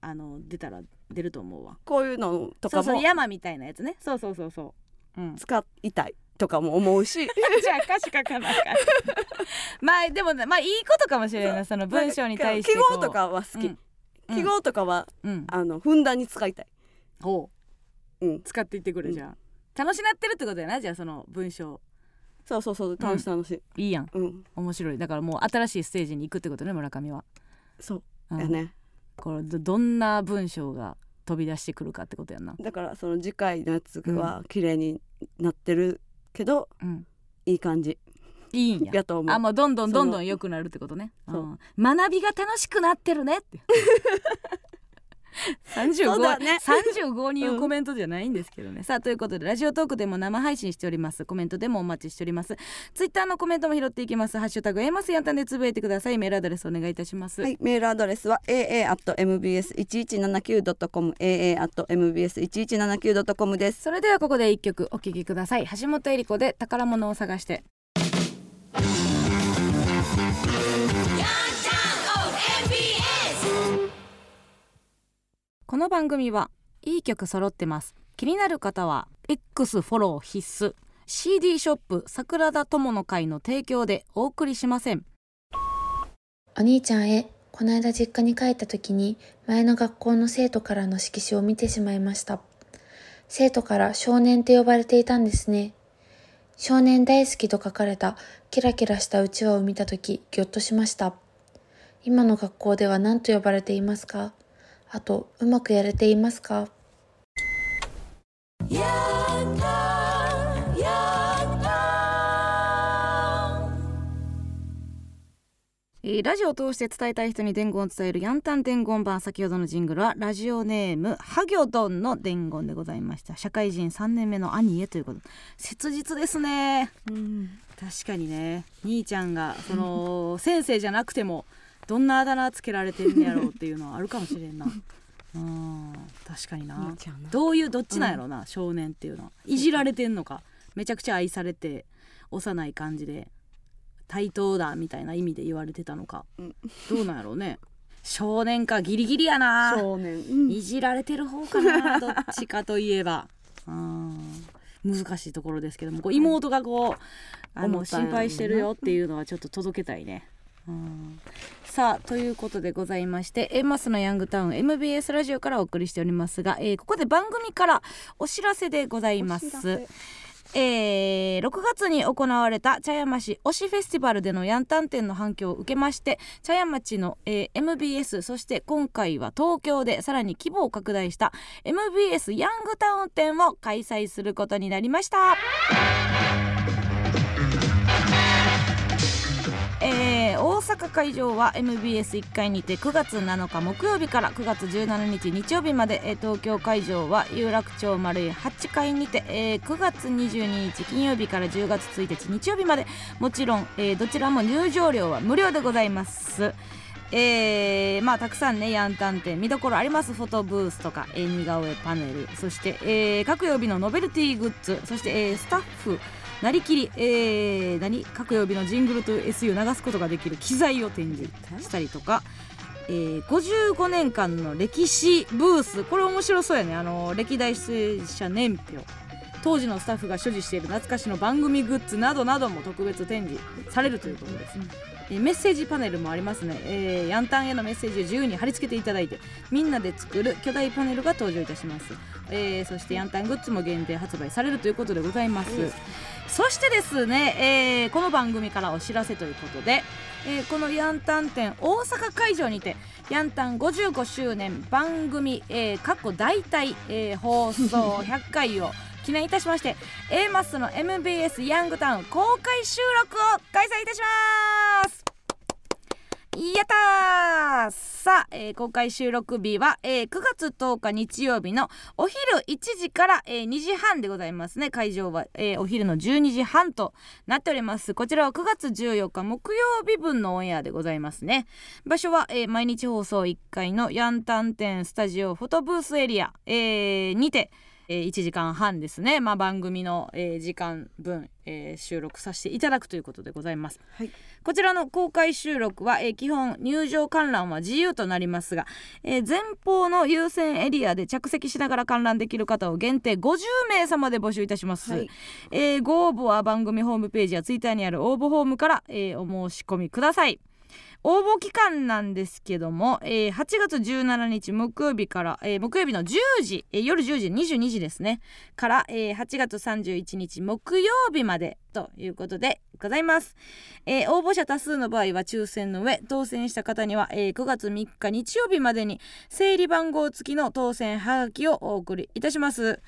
B: あの出たら出ると思うわ
A: こういうのと
B: そ
A: か
B: うそう
A: も
B: 山みたいなやつねそうそうそうそ う、うん、
A: 使いたいとかも思うし
B: じゃあ歌詞書かなあかんまあでもねまあいいことかもしれんないその 文章に対して
A: 記
B: こう
A: 号とかは好き、
B: うん
A: 記号とかは
B: うん
A: あのふんだんに使いたい
B: ほう、
A: うん
B: 使っていってくれ、
A: うん
B: じゃあ楽しなってるってことやなじゃあその文章
A: そうそうそう楽しい楽しい、
B: いいやん
A: うん
B: 面白いだからもう新しいステージに行くってことね村上は、
A: そう
B: うん
A: やね
B: これどどんな文章が飛び出してくるかってことやんな
A: だからその次回のやつは綺麗になってるけど、
B: うん
A: いい感じ
B: いいんや
A: やと思う
B: あもうどんどんどんど
A: その
B: ん良くなるってことね、
A: そう
B: うん学びが楽しくなってるねって
A: そうだ
B: 35,、
A: ね
B: 35にいうコメントじゃないんですけどね、さあということでラジオトークでも生配信しておりますコメントでもお待ちしておりますツイッターのコメントも拾っていきますハッシュタグエマスやったんでつぶえてくださいメールアドレスお願いいたします、
A: はい、メールアドレスは aa.mbs1179.com aa.mbs1179.com です
B: それではここで一曲お聴きください橋本恵理子で宝物を探して
C: MBS
B: この番組はいい曲揃ってます気になる方は X フォロー必須 CD ショップ桜田友の会の提供でお送りしません
D: お兄ちゃんへ、この間実家に帰った時に、前の学校の生徒からの色紙を見てしまいました。生徒から少年って呼ばれていたんですね。少年大好きと書かれたキラキラしたうちわを見た時、ぎょっとしました。今の学校では何と呼ばれていますかあと、うまくやれていますか
C: やったやった
B: えーラジオを通して伝えたい人に伝言を伝えるヤンタン伝言版先ほどのジングルはラジオネームハギョドンの伝言でございました社会人3年目の兄へということ切実ですね確かにね兄ちゃんがその先生じゃなくてもどんなあだ名つけられてんねやろうっていうのはあるかもしれんな うん確かにな
A: 兄ちゃんな
B: どういうどっちなんやろうな、少年っていうのはいじられてんのかめちゃくちゃ愛されて幼い感じで対等だみたいな意味で言われてたのか、
A: うん
B: どうなんやろうね少年かギリギリやな
A: 少年、うん
B: いじられてる方かなどっちかといえばうん難しいところですけどもこう妹がこうあ
A: 思
B: の
A: ったんやろ
B: 心
A: うな
B: 配してるよっていうのはちょっと届けたいね。うんさあということでございまして「エマスのヤングタウン MBS ラジオ」からお送りしておりますが、えーここで番組からお知らせでございま
A: お知ら
B: す
A: せ。
B: えー6月に行われた茶屋町推しフェスティバルでのヤンタン展の反響を受けまして茶屋町の、えー MBS そして今回は東京でさらに規模を拡大した MBS ヤングタウン展を開催することになりました。えー大阪会場は MBS1 階にて9月7日木曜日から9月17日日曜日まで、えー東京会場は有楽町丸井8階にて、えー9月22日金曜日から10月1日日曜日までもちろん、えーどちらも入場料は無料でございます。えーまあたくさんねヤンタン店見どころありますフォトブースとか、えー似顔絵パネルそして、えー各曜日のノベルティグッズそして、えースタッフなりきり、えー何各曜日のジングルと SU 流すことができる機材を展示したりとか、えー55年間の歴史ブースこれ面白そうやねあの歴代出演者年表当時のスタッフが所持している懐かしの番組グッズなどなども特別展示されるということです、えーメッセージパネルもありますね、えーヤンタンへのメッセージを自由に貼り付けていただいてみんなで作る巨大パネルが登場いたします、えーそしてヤンタングッズも限定発売されるということでございます、そしてですね、えーこの番組からお知らせということで、えーこのヤンタン展大阪会場にてヤンタン55周年番組、えー、過去大体、えー放送100回を記念いたしまして A マスの MBS ヤングタウン公開収録を開催いたしますやったーさあ、えー公開収録日は、えー9月10日日曜日のお昼1時から、えー2時半でございますね会場は、えーお昼の12時半となっておりますこちらは9月14日木曜日分のオンエアでございますね場所は、えー毎日放送1階のヤンタン店スタジオフォトブースエリア、えーにて、え1時間半ですね、まあ、番組の、えー時間分、えー収録させていただくということでございます
A: はい
B: こちらの公開収録は、えー基本入場観覧は自由となりますが、えー前方の優先エリアで着席しながら観覧できる方を限定50名様で募集いたします、
A: はい
B: えーご応募は番組ホームページやツイッターにある応募フォームから、えーお申し込みください応募期間なんですけども、えー8月17日木曜日から、えー木曜日の10時、えー夜10時22時ですねから、えー8月31日木曜日までということでございます、えー応募者多数の場合は抽選の上当選した方には、えー9月3日日曜日までに整理番号付きの当選はがきをお送りいたします、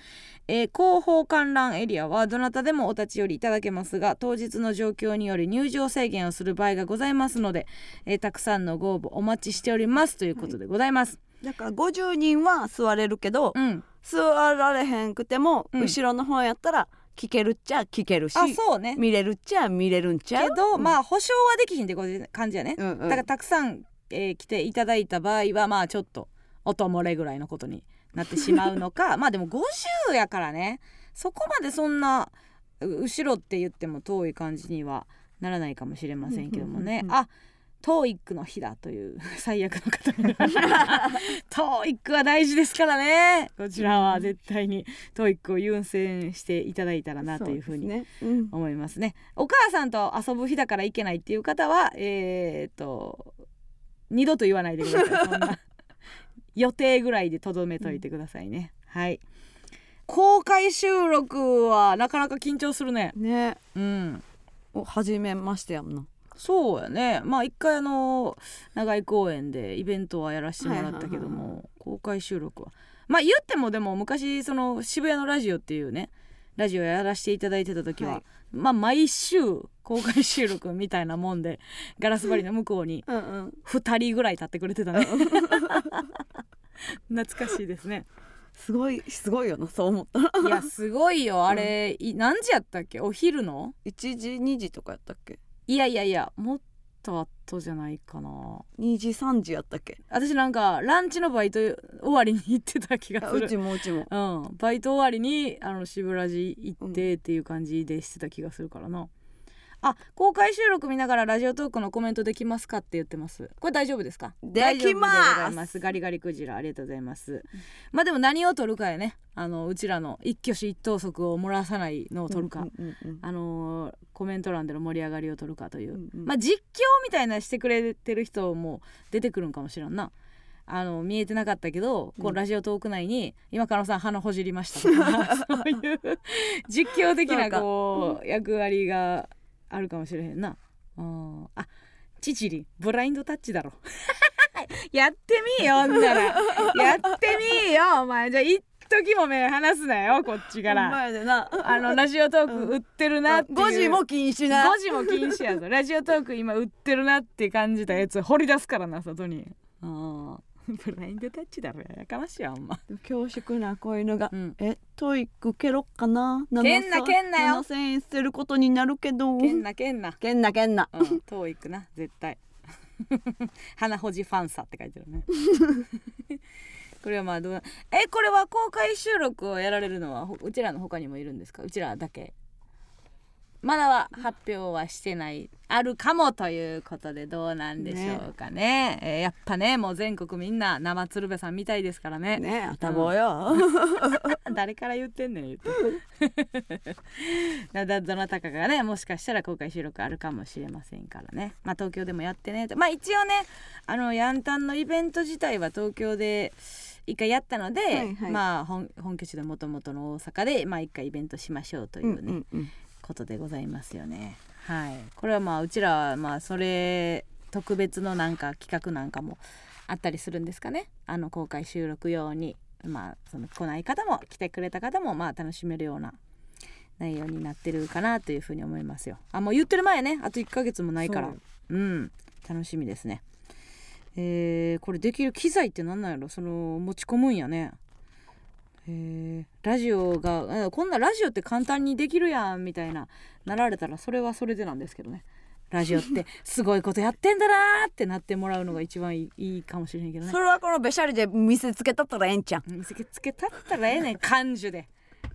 B: えー広報観覧エリアはどなたでもお立ち寄りいただけますが当日の状況により入場制限をする場合がございますので、えーたくさんのご応募お待ちしておりますということでございます、
A: だから50人は座れるけど、
B: うん
A: 座られへんくても、
B: うん
A: 後ろの方やったら聞けるっちゃ聞けるし
B: あそうね
A: 見れるっちゃ見れるんちゃう
B: けど、まあ保証はできひんってことで感じやね、
A: うんうん
B: だからたくさん、えー来ていただいた場合はまあちょっと音漏れぐらいのことになってしまう のかまあでも50やからねそこまでそんなう後ろって言っても遠い感じにはならないかもしれませんけどもね、
A: うんうんうんうん
B: あトーイックの日だという 最悪の方に トーイックは大事ですからねこちらは絶対にトーイックを優先していただいたらなというふうに
A: そですねうん
B: 思いますねお母さんと遊ぶ日だから行けないっていう方はえー、っと二度と言わないでくださいそんな予定ぐらいでとどめといてくださいね、はい公開収録はなかなか緊張するね
A: ね
B: うん
A: お初めましてやんな
B: そうやねまあ一回あの長井公園でイベントはやらせてもらったけども、
A: はいはい
B: 公開収録はまあ言ってもでも昔その渋谷のラジオっていうねラジオやらせていただいてた時は、
A: はい
B: まあ毎週公開収録みたいなもんでガラス張りの向こうに
A: うんうん
B: 2人ぐらい立ってくれてたね 懐かしいですね
A: すごいすごいよなそう思ったら
B: いやすごいよあれ、い何時やったっけお昼の
A: 1時2時とかやったっけ
B: いやいやいやもっと後じゃないかな
A: 2時3時やったっけ
B: 私なんかランチのバイト終わりに行ってた気が
A: あ
B: す
A: うち
B: る
A: もうちも
B: うん、バイト終わりにあの渋ラジ行ってっていう感じでしてた気がするからな、あ公開収録見ながらラジオトークのコメントできますかって言ってますこれ大丈夫ですか
A: できます
B: 大丈夫でございますガリガリクジラありがとうございます、まあでも何を取るかやねあのうちらの一挙手一投足を漏らさないのを取るか、
A: うんうんうん
B: あのーコメント欄での盛り上がりを取るかという、
A: うんうん
B: まあ実況みたいなしてくれてる人も出てくるんかもしれんなあの見えてなかったけど、こうラジオトーク内に「今狩野さん鼻ほじりました」と かそういう実況的
A: そう
B: な
A: か
B: こう役割があるかもしれへんな。うんあチチリブラインドタッチだろ やってみいよほんならやってみいよお前じゃあ一時も目離すなよこっちか
A: ほんま
B: ら
A: やでな
B: あのラジオトーク売ってるなっていう
A: 5時も禁止な
B: 5時も禁止やぞラジオトーク今売ってるなって感じたやつ掘り出すからな外にああ ブラインドタッチだろやかましいわほんま
A: 恐縮な子犬が、
B: うん
A: えトイック蹴ろっかな
B: 蹴んな
A: 7000
B: 蹴んなよ
A: 7000円捨てることになるけど
B: けんなけんな
A: けんなけんな
B: うん遠いくな絶対 花ほじファンサって書いてるね これはまあどうなえこれは公開収録をやられるのはほうちらの他にもいるんですかうちらだけまだは発表はしてないあるかもということでどうなんでしょうかねえーやっぱねもう全国みんな生鶴瓶さんみたいですからね
A: ねえ頭よ、
B: 誰から言ってんねん言ってだだど なたかがねもしかしたら公開収録あるかもしれませんからねまあ東京でもやってねとまあ一応ねあのヤンタンのイベント自体は東京で一回やったので、
A: はいはい
B: まあ本本拠地のもともとの大阪でまあ一回イベントしましょうといううね、
A: ん うんうん
B: ことでございますよね。はい、これはまあうちらはまあそれ特別のなんか企画なんかもあったりするんですかね。あの公開収録用にまあその来ない方も来てくれた方もまあ楽しめるような内容になってるかなというふうに思いますよ。あもう言ってる前ねあと1ヶ月もないから
A: そううん
B: 楽しみですね。えーこれできる機材ってなんなんやろその持ち込むんやね。へえラジオがあこんなラジオって簡単にできるやんみたいななられたらそれはそれでなんですけどねラジオってすごいことやってんだなーってなってもらうのが一番いいいいかもしれへんけどね
A: それはこのべしゃりで見せつけとったらええんちゃん
B: 見せつけたったらええねん感受で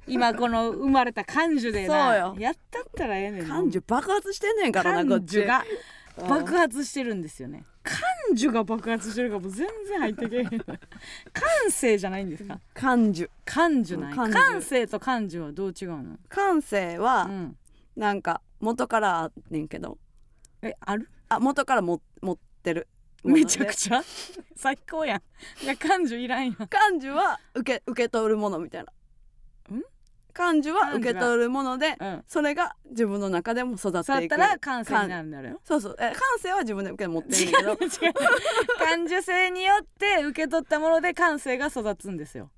B: 今この生まれた感受でな
A: そうよ
B: やったったらええねん
A: 感受爆発してんねんからなこっ
B: 感
A: ち
B: 受が
A: うん
B: 爆発してるんですよね感受が爆発してるからもう全然入ってけえへん感性じゃないんですか
A: 感受
B: 感受ない
A: 感受
B: 感性と感受はどう違うの
A: 感性は
B: うん
A: なんか元からあんねんけど
B: えある
A: あ元からも持ってる
B: めちゃく
A: ゃ
B: ちゃ 最高やんいや感情いらんやん
A: 感受は受け受け取るものみたいなん感受は受け
B: 感受は
A: 取るもので
B: うん
A: それが自分の中でも育って
B: そうや
A: い
B: っ
A: く
B: たら感性になるんだよ
A: そうそうえ感性は自分で受け持ってるんだけ ど
B: 違う違う感受性によって受け取ったもので感性が育つんですよ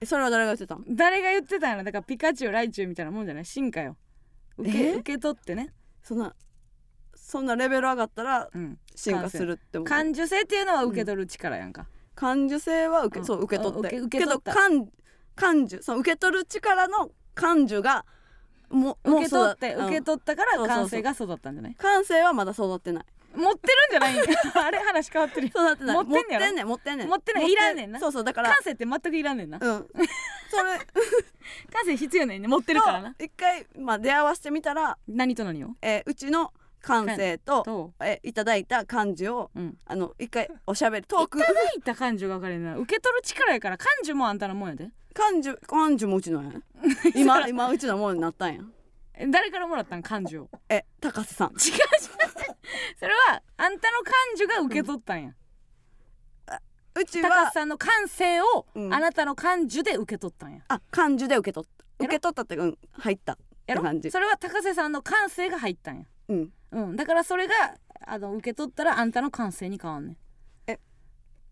A: えそれは誰が言ってたん
B: 誰が言ってたんやろだからピカチュウライチュウみたいなもんじゃない進化よ受け
A: え
B: 受け取ってね、
A: そんなそんなレベル上がったら
B: うん、
A: 進化するってこと
B: 感受性っていうのは受け取る力やんか、
A: 感受性は受
B: うん
A: けそう受け取っ
B: あ受
A: て
B: け受け取った
A: けど感感受その受け取る力の感受がももう
B: 受け取って
A: 育
B: 受け
A: うん
B: 取ったから感性が育ったんじゃない
A: 感性はまだ育ってない
B: 持ってるんじゃないんやあれ話変わってるよ
A: 育ってない
B: 持ってんねやろ
A: 持ってんねん持ってんねん
B: 持ってないいらんねんな
A: そうそうだから
B: 感性って全くいらんねんな
A: うんそ れ
B: 感性必要ねんね持ってるからな
A: と一回まあ出会わせてみたら
B: 何と何を
A: えーうちの感性と
B: と
A: えーいただいた感受を
B: うん
A: あの一回おしゃべ りトーク
B: いった感情が分かれんな受け取る力やから感情もあんたのもんやで
A: 感受感受もうち のやん今今うちのものになったんやん
B: え誰からもらったん感情
A: え高瀬さん
B: 違う違う違うそれはあんたの感情が受け取ったんや、
A: うち
B: 高
A: は
B: 須さんの感性を
A: うん
B: あなたの感受で受け取ったんや、
A: あ感受で受け取った
B: やろ
A: 受け取ったってうん入ったって
B: やろ
A: 感じ
B: それは高瀬さんの感性が入ったんや
A: うん
B: うんだからそれがあの受け取ったらあんたの感性に変わんねん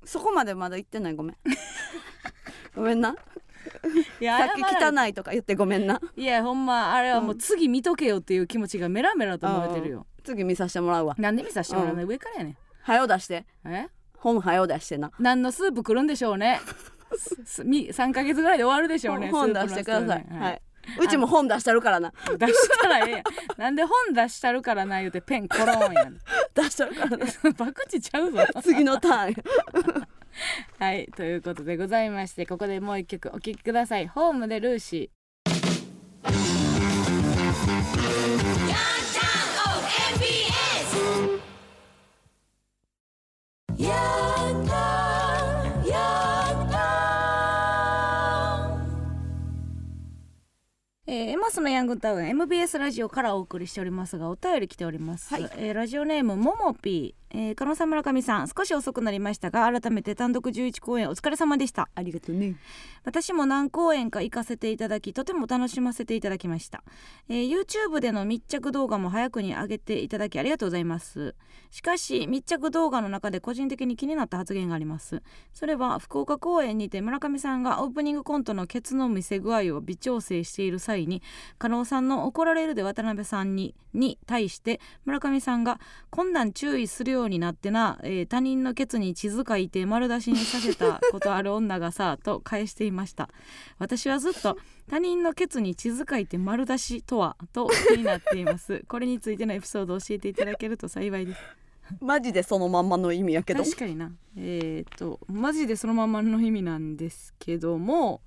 A: そこまでまだ行ってないご めんごめんない
B: や
A: さっき汚いとか言ってごめんない
B: やほんまあれはもう次見とけよっていう気持ちがメラメラと燃えてるよ、
A: 次見させてもらうわ
B: なんで見させてもらうの、上からやね
A: はよ出して
B: んえ
A: 本はよ出してな
B: 何のスープ来るんでしょ うねすすみ3か月ぐらいで終わるでしょう
A: 本
B: ね
A: 本
B: ス
A: 出
B: ープの
A: してください
B: ストーリー
A: はい、うちも本出してる からな
B: 出したらええやんなんで本出したるからな言うてペンコローンやん
A: 出してるからな
B: バクチちゃ うぞ
A: 次のタ ーン
B: はいということでございましてここでもう一曲お聴きくださいホームでルーシ
C: ヤンタンヤンタン
B: ーえー、エマスのヤングタウン MBS ラジオからお送りしておりますがお便り来ております、えーラジオネームももぴー、えー、加納さん村上さん少し遅くなりましたが改めて単独11公演お疲れ様でした
A: ありがとうね
B: 私も何公演か行かせていただきとても楽しませていただきました、えー YouTube での密着動画も早くに上げていただきありがとうございますしかし密着動画の中で個人的に気になった発言がありますそれは福岡公演にて村上さんがオープニングコントのケツの見せ具合を微調整している際に加納さんの「怒られる」で渡辺さんにに対して村上さんが「こんなん注意するようになってな、えー他人のケツに地図書いて丸出しにさせたことある女がさ」 と返していました私はずっと「他人のケツに地図書いて丸出しとは」と気になっていますこれについてのエピソードを教えていただけると幸いです
A: マジでそのまんまの意味やけど
B: 確かになえっ、とマジでそのまんまの意味なんですけども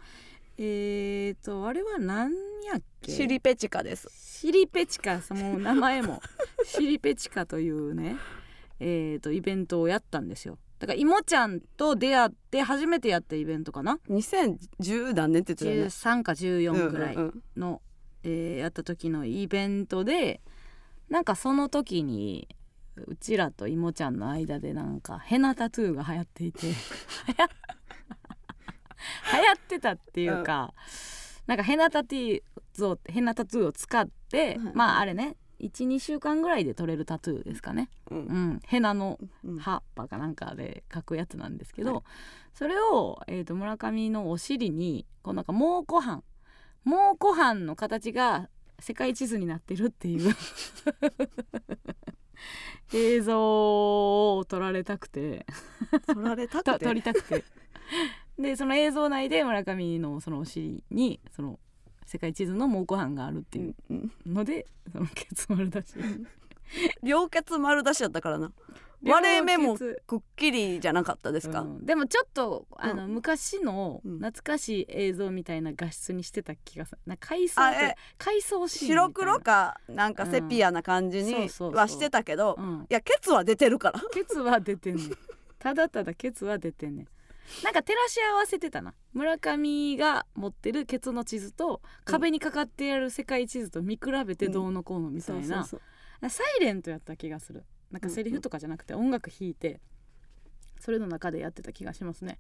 B: えっ、とあれは何やっけ
A: シリペチカです
B: シリペチカその名前 もシリペチカというねえっ、とイベントをやったんですよだからいもちゃんと出会って初めてやったイベントかな
A: 2010だねって言って
B: 13か
A: たよね
B: 14ぐらい
A: うんうん
B: の、えーやった時のイベントでなんかその時にうちらといもちゃんの間でなんかヘナタトゥーが流行って いて流行ってたっていうか、なんかヘナタティゾーヘナタトゥーを使って、
A: はい
B: まああれね12週間ぐらいで取れるタトゥーですかね、
A: うん
B: う、ん、ヘナの
A: うん
B: 葉っぱかなんかで描くやつなんですけど、それを、えー、と村上のお尻にこうなんか蒙古斑蒙古斑の形が世界地図になってるって いう映像を撮られたくて
A: 取られた
B: と
A: く
B: 撮り
A: て
B: たくてでその映像内で村上のそのお尻にその世界地図の蒙古斑があるっていう
A: うんうん
B: ので、そのケツ丸出し
A: 両血丸出しだったからな割れ目もくっきりじゃなかったですか、
B: うんでもちょっとあの、
A: う
B: 昔の
A: うん
B: 懐かしい映像みたいな画質にしてた気がするなんか回想
A: あえ
B: 回想シーンみたいな
A: 白黒かなんかセピアな感じ
B: うん
A: に
B: そうそうそう
A: はしてたけど、
B: うん
A: いやケツは出てるから
B: ケツは出て んねんただただケツは出てんねんなんか照らし合わせてたな村上が持ってるケツの地図と壁にかかってある世界地図と見比べてどうのこうのみたいな、
A: そう
B: サイレントやった気がするなんかセリフとかじゃなくて音楽弾いてそれの中でやってた気がしますね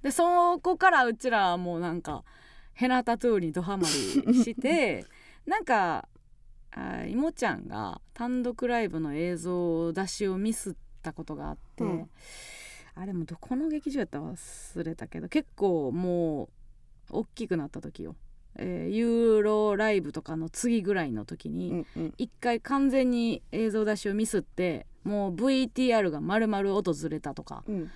B: でそこからうちらはもうなんかヘナタトゥーにドハマりしてなんかあいもちゃんが単独ライブの映像出しをミスったことがあって、
A: うん
B: あれもどこの劇場やったか忘れたけど結構もう大きくなった時よ、えーユーロライブとかの次ぐらいの時に、
A: うんうん
B: 一回完全に映像出しをミスってもう VTR が丸々音ずれたとか
A: うん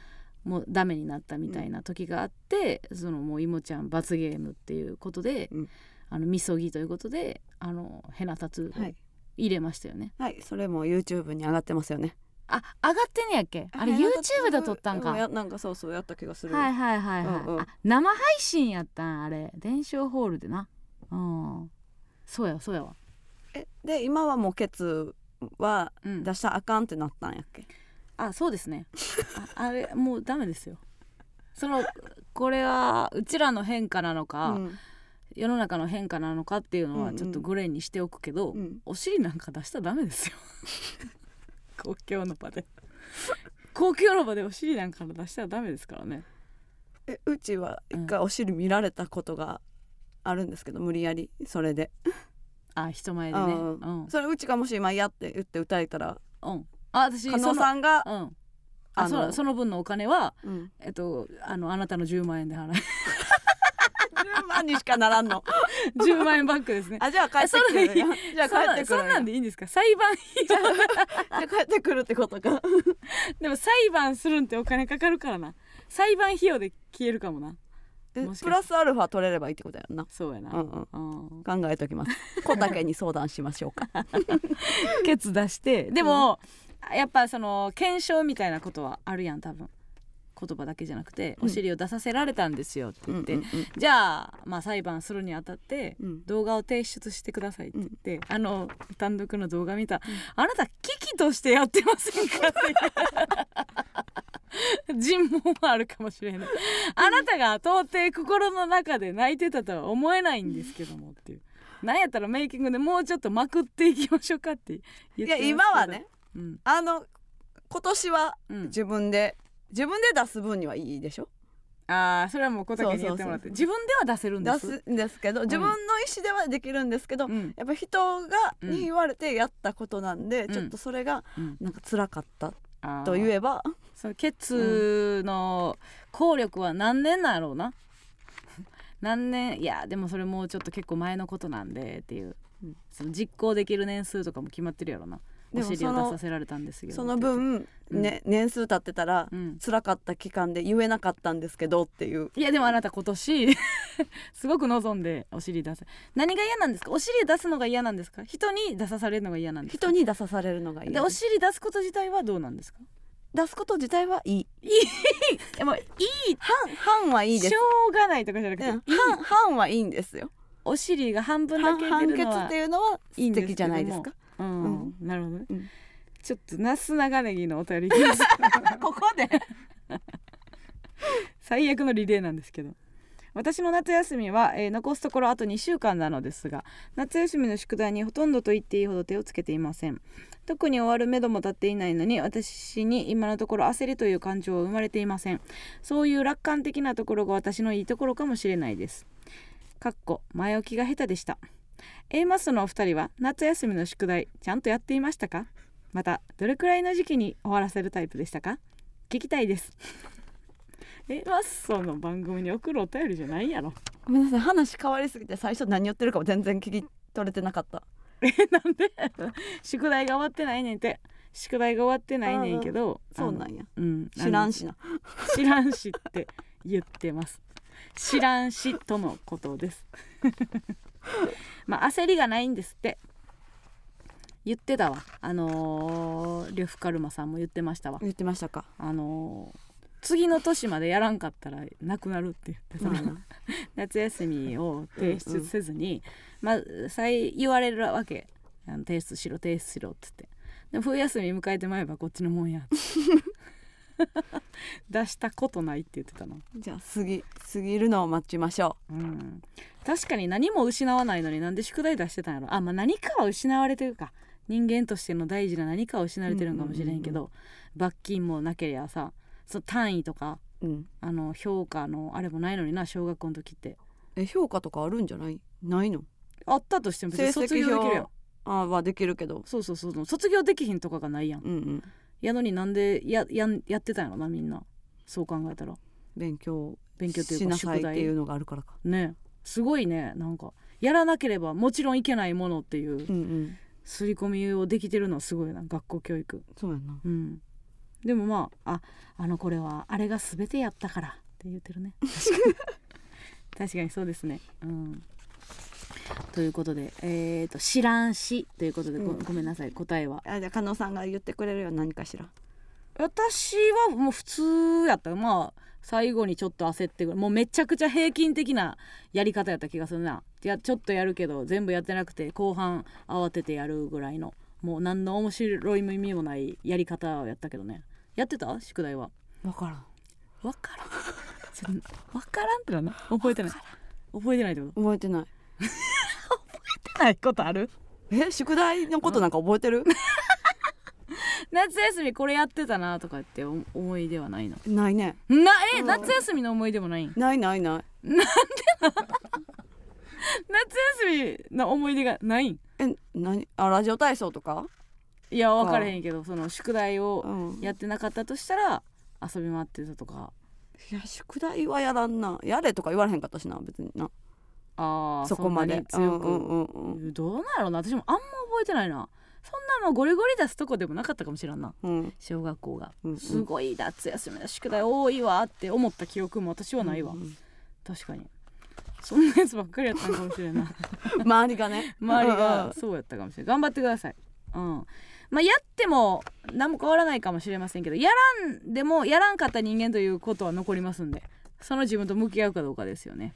B: もうダメになったみたいな時があって、そのもういもちゃん罰ゲームっていうことで、
A: うん
B: あのみそぎということであのヘナタツ
A: は
B: ー
A: い
B: 入れましたよね、
A: はいそれも YouTube に上がってますよね
B: あ上がってんねやっけあれ YouTube で撮ったんか
A: う
B: はい
A: やなんかそうそうやった気がする、
B: はいはいはい、
A: うんうん
B: あ生配信やったんあれ伝承ホールでなうんそうやそうやわ
A: えで今はもうケツは
B: うん
A: 出したらあかんってなったんやっけ、
B: あそうですねああれもうダメですよそのこれはうちらの変化なの
A: う
B: か、
A: ん
B: 世の中の変化なのかっていうの
A: う
B: は
A: んうん
B: ちょっとグレーにしておくけど、
A: うん
B: お尻なんか出したらダメですよ 公共の場で公共の場でお尻なんか出したらダメですからね
A: えうちは一回お尻見られたことがあるんですけど、無理やりそれで、
B: あ人前でね
A: う
B: うんん
A: それうちがもし今やって言って歌えたら
B: うんあ私
A: 加納
B: その
A: さんが
B: うん
A: あ
B: あ
A: の
B: そのその分のお金は
A: うん、
B: えっとあのあなたの10万円で払え
A: 10万にしかならん の
B: 10万円バックですね
A: あじゃあ帰ってくるやんじゃあ帰ってく
B: そん
A: る
B: なそん
A: や
B: なんん
A: じ
B: でいいんですか裁判費とか
A: ゃあ帰ってくるってことか
B: でも裁判するんってお金かかるからな裁判費用で消えるかもな
A: え
B: もしかして
A: プラスアルファ取れればいいってことやんな
B: そうやな、
A: うんうん
B: うん
A: 考えときます小竹に相談しましょう か
B: ケツ出してでも、やっぱその検証みたいなことはあるやん多分言葉だけじゃなくて、
A: うん
B: お尻を出させられたんですよって
A: うんう
B: 言
A: ん
B: って、じゃあ,、まあ裁判するにあたって、
A: うん
B: 動画を提出してくださいって言って、あの単独の動画見た、あなた危機としてやってま せんかっていう尋問はあるかもしれないあなたが到底心の中で泣いてたとは思えないんですけどもっていうなんやったらメイキングでもうちょっとまくっていきましょうかって言
A: い
B: ってま
A: や今は
B: すけど
A: ね
B: うん
A: あの今年は
B: うん
A: 自分で、自分で出す分にはいいでしょ
B: ああそれはもう小竹に言ってもらって
A: そうそうそう
B: 自分では出せるんで
A: 出
B: す
A: すんですけど自分の意思ではできるんですけど、
B: うん
A: やっぱ人が
B: うん
A: に言われてやったことなんで、
B: ん
A: ちょっとそれが
B: うん
A: なんか辛かった
B: あー
A: と言えば、
B: そのケツの効力は何年なんやろうな 何年いやでもそれもうちょっと結構前のことなんでっていう、
A: うん
B: その実行できる年数とかも決まってるやろなお
A: でも
B: 尻
A: そ
B: を出
A: の
B: させられたんですけど
A: その分、
B: うん
A: ね、年数経ってたら、
B: うん
A: 辛かった期間で言えなかったんですけどっていう
B: いやでもあなた今年 すごく望んでお尻出せ何が嫌なんですかお尻出すのが嫌なんですか人に出さされるのが嫌なんですか
A: 人に出さされるのがいい
B: でお尻出すこと自体はどうなんですか
A: 出すこと自体はいい
B: えもういい
A: 半半はいいです
B: しょうがないとかじゃなくて、
A: うん半半はいいんですよ
B: お尻が半分だ
A: 半
B: け
A: 半
B: 出る
A: 決
B: の
A: っ
B: は
A: ていうのはい
B: いん
A: 素
B: ですけ
A: 敵じ
B: ど
A: ゃ
B: も
A: ないですか
B: うん、
A: うん
B: なるほどね、
A: うん
B: ちょっとなす長ネギのお便りいきます
A: ここで
B: 最悪のリレーなんですけど私の夏休みは、えー残すところあと2週間なのですが夏休みの宿題にほとんどと言っていいほど手をつけていません特に終わる目処も立っていないのに私に今のところ焦りという感情は生まれていませんそういう楽観的なところが私のいいところかもしれないですかっこ前置きが下手でした A マスのお二人は夏休みの宿題ちゃんとやっていましたかまたどれくらいの時期に終わらせるタイプでしたか聞きたいです A マッソの番組に送るお便りじゃないやろ
A: ごめんなさい話変わりすぎて最初何言ってるかも全然聞き取れてなかった
B: なんで宿題が終わってないねんて宿題が終わってないねんけど
A: そうな
B: あ
A: んや
B: のうん
A: 知ら
B: あの
A: んしな
B: 知らんしって言ってます知らんしとのことです まあ焦りがないんですって言ってたわあのー、リョフカルマさんも言ってましたわ
A: 言ってましたか
B: あのー次の年までやらんかったらなくなるって言ってた、
A: うん
B: 夏休みを提出せずに、まあ最言われるわけあの提出しろ提出しろっつってでも冬休み迎えてまえばこっちのもんやって 出したことないって言ってたの、
A: じゃあ過ぎ過ぎるのを待ちましょ
B: うん、確かに何も失わないのになんで宿題出してたんやろあまあ何かは失われてるか人間としての大事な何かは失われてるんかもしれんけど、罰金もなけりゃさその単位とか
A: う、うん、
B: あの評価のあれもないのにな小学校の時って
A: え評価とかあるんじゃないないの
B: あったとしても別に
A: 成績
B: 卒業できるやん
A: 表あーはできるけど
B: そうそうそうそう卒業できひんとかがないやん
A: うんうん
B: やのになんでややんやってたんやろなみんなそう考えたら
A: 勉強
B: 勉強とい
A: し
B: うか
A: なさい
B: 宿
A: ってい
B: 題
A: うのがあるからか
B: ねすごいねなんかやらなければもちろんいけないものっていう
A: うんうん
B: 刷り込みをできてるのはすごいな学校教育
A: そうやな
B: うんでもまあああのこれはあれが全てやったからって言ってるね確かに 確かにそうですねうんということでえっ、と「知らんし」ということでご,、
A: うん
B: ごめんなさい答えは
A: あじゃあ加納さんが言ってくれるよ何かしら
B: 私はもう普通やったまあ最後にちょっと焦ってくるもうめちゃくちゃ平均的なやり方やった気がするないやちょっとやるけど全部やってなくて後半慌ててやるぐらいのもう何の面白い意味もないやり方をやったけどねやってた宿題は
A: 分からん
B: わからん それわからんってなんだ覚えてない覚えてないってこと
A: 覚えてない
B: 覚えてないことある
A: え宿題のことなんか覚えてる
B: 夏休みこれやってたなとかって思思い出はないの
A: ないね
B: なえ夏休みの思い出もないん
A: ないないない
B: 夏休みの思い出がないん
A: え何あラジオ体操とか
B: いや分からへんけどその宿題を
A: んい
B: やってなかったとしたら遊び回ってたとか
A: や宿題はやらんなやれとか言われへんかったしな別にな
B: あー
A: そこまで
B: そんなに強く、
A: うんうんうんうん
B: どうなんやろうな私もあんま覚えてないなそんなもうゴリゴリ出すとこでもなかったかもしれんな
A: うん
B: 小学校が、
A: うんうん
B: すごい夏休みの宿題多いわって思った記憶も私はないわ、
A: うん
B: 確かにそんなやつばっかりやったんかもしれんな
A: 周りがね
B: 周り
A: うんうん
B: がそうやったかもしれない頑張ってくださいうんまあやっても何も変わらないかもしれませんけどやらんでもやらんかった人間ということは残りますんでその自分と向き合うかどうかですよね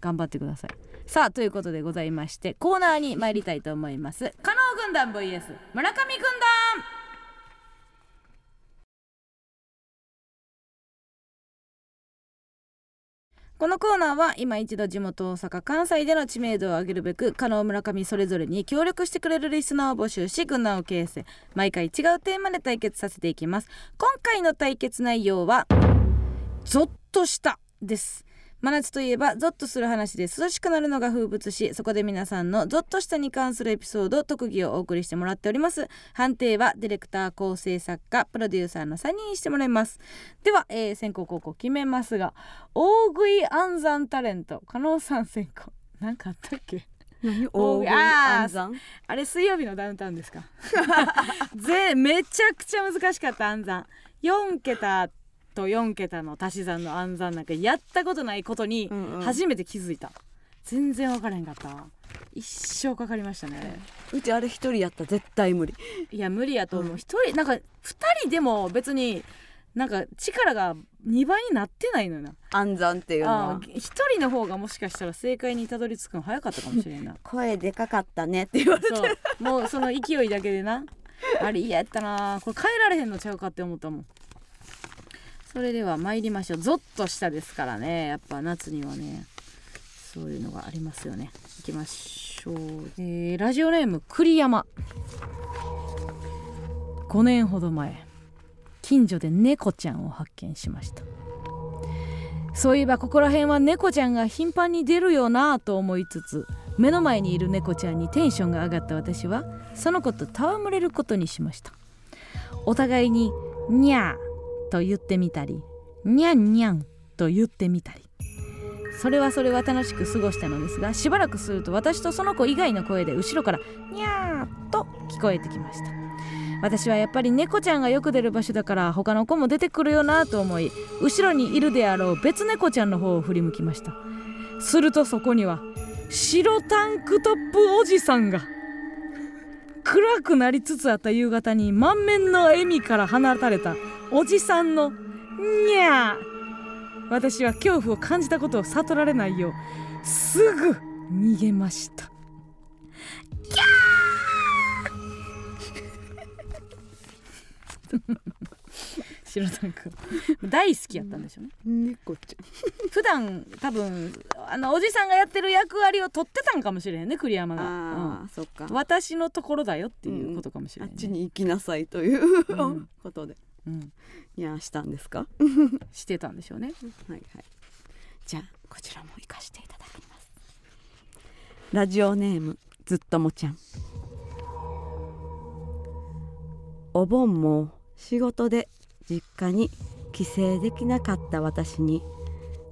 B: 頑張ってくださいさあということでございましてコーナーに参りたいと思います加納軍団 VS 村上軍団このコーナーは今一度地元大阪関西での知名度を上げるべく加納村上それぞれに協力してくれるリスナーを募集し軍団を形成毎回違うテーマで対決させていきます今回の対決内容はゾッとしたです真夏といえばゾッとする話で涼しくなるのが風物詩そこで皆さんのゾッとしたに関するエピソード特技をお送りしてもらっております判定はディレクター構成作家プロデューサーの3人にしてもらいますでは、えー先行後攻決めますが大食い暗算タレント加納さん先行なんかあったっけ
A: 何
B: 大食い暗算 あれ水曜日のダウンタウンです かぜめちゃくちゃ難しかった暗算4桁と4桁の足し算の暗算なんかやったことないことに
A: うんうん
B: 初めて気づいた、全然分からへんかった一生かかりましたね あれ
A: うちあれ一人やったら絶対無理
B: いや無理やと思う一、人なんか二人でも別になんか力が2倍になってないのよな
A: 暗算っていうの
B: あ
A: は
B: ー一人の方がもしかしたら正解にたどり着くの早かったかもしれんな
A: 声でかかったねって言 われて
B: そうもうその勢いだけでなあれ嫌やったなこれ変えられへんのちゃうかって思ったもんそれでは参りましょうゾッとしたですからねやっぱ夏にはねそういうのがありますよねいきましょう、えーラジオネーム栗山5年ほど前近所で猫ちゃんを発見しましたそういえばここら辺は猫ちゃんが頻繁に出るよなぁと思いつつ目の前にいる猫ちゃんにテンションが上がった私はその子と戯れることにしましたお互いに「にゃー」と言ってみたり「にゃんにゃん」と言ってみたりそれはそれは楽しく過ごしたのですがしばらくすると私とその子以外の声で後ろから「にゃー」と聞こえてきました私はやっぱり猫ちゃんがよく出る場所だから他の子も出てくるよなぁと思い後ろにいるであろう別猫ちゃんの方を振り向きましたするとそこには白タンクトップおじさんが暗くなりつつあった夕方に満面の笑みから放たれたおじさんの「にゃー」私は恐怖を感じたことを悟られないようすぐ逃げましたキャー 白タンク大好きやったんでしょうね
A: 猫ち
B: 普段多分あのおじさんがやってる役割を取ってたんかもしれへんね栗山
A: ゃん
B: が、
A: ああ、そっか
B: うん私のところだよっていうことかもし
A: あ
B: れ
A: っ
B: ない、ね
A: ちに行きなさいという、
B: うん
A: ことで
B: うん、
A: いやしたんですか
B: してたんでしょうね
A: はいはい。じゃあこちらも活かしていただきます。ラジオネームずっともちゃん。お盆も仕事で実家に帰省できなかった私に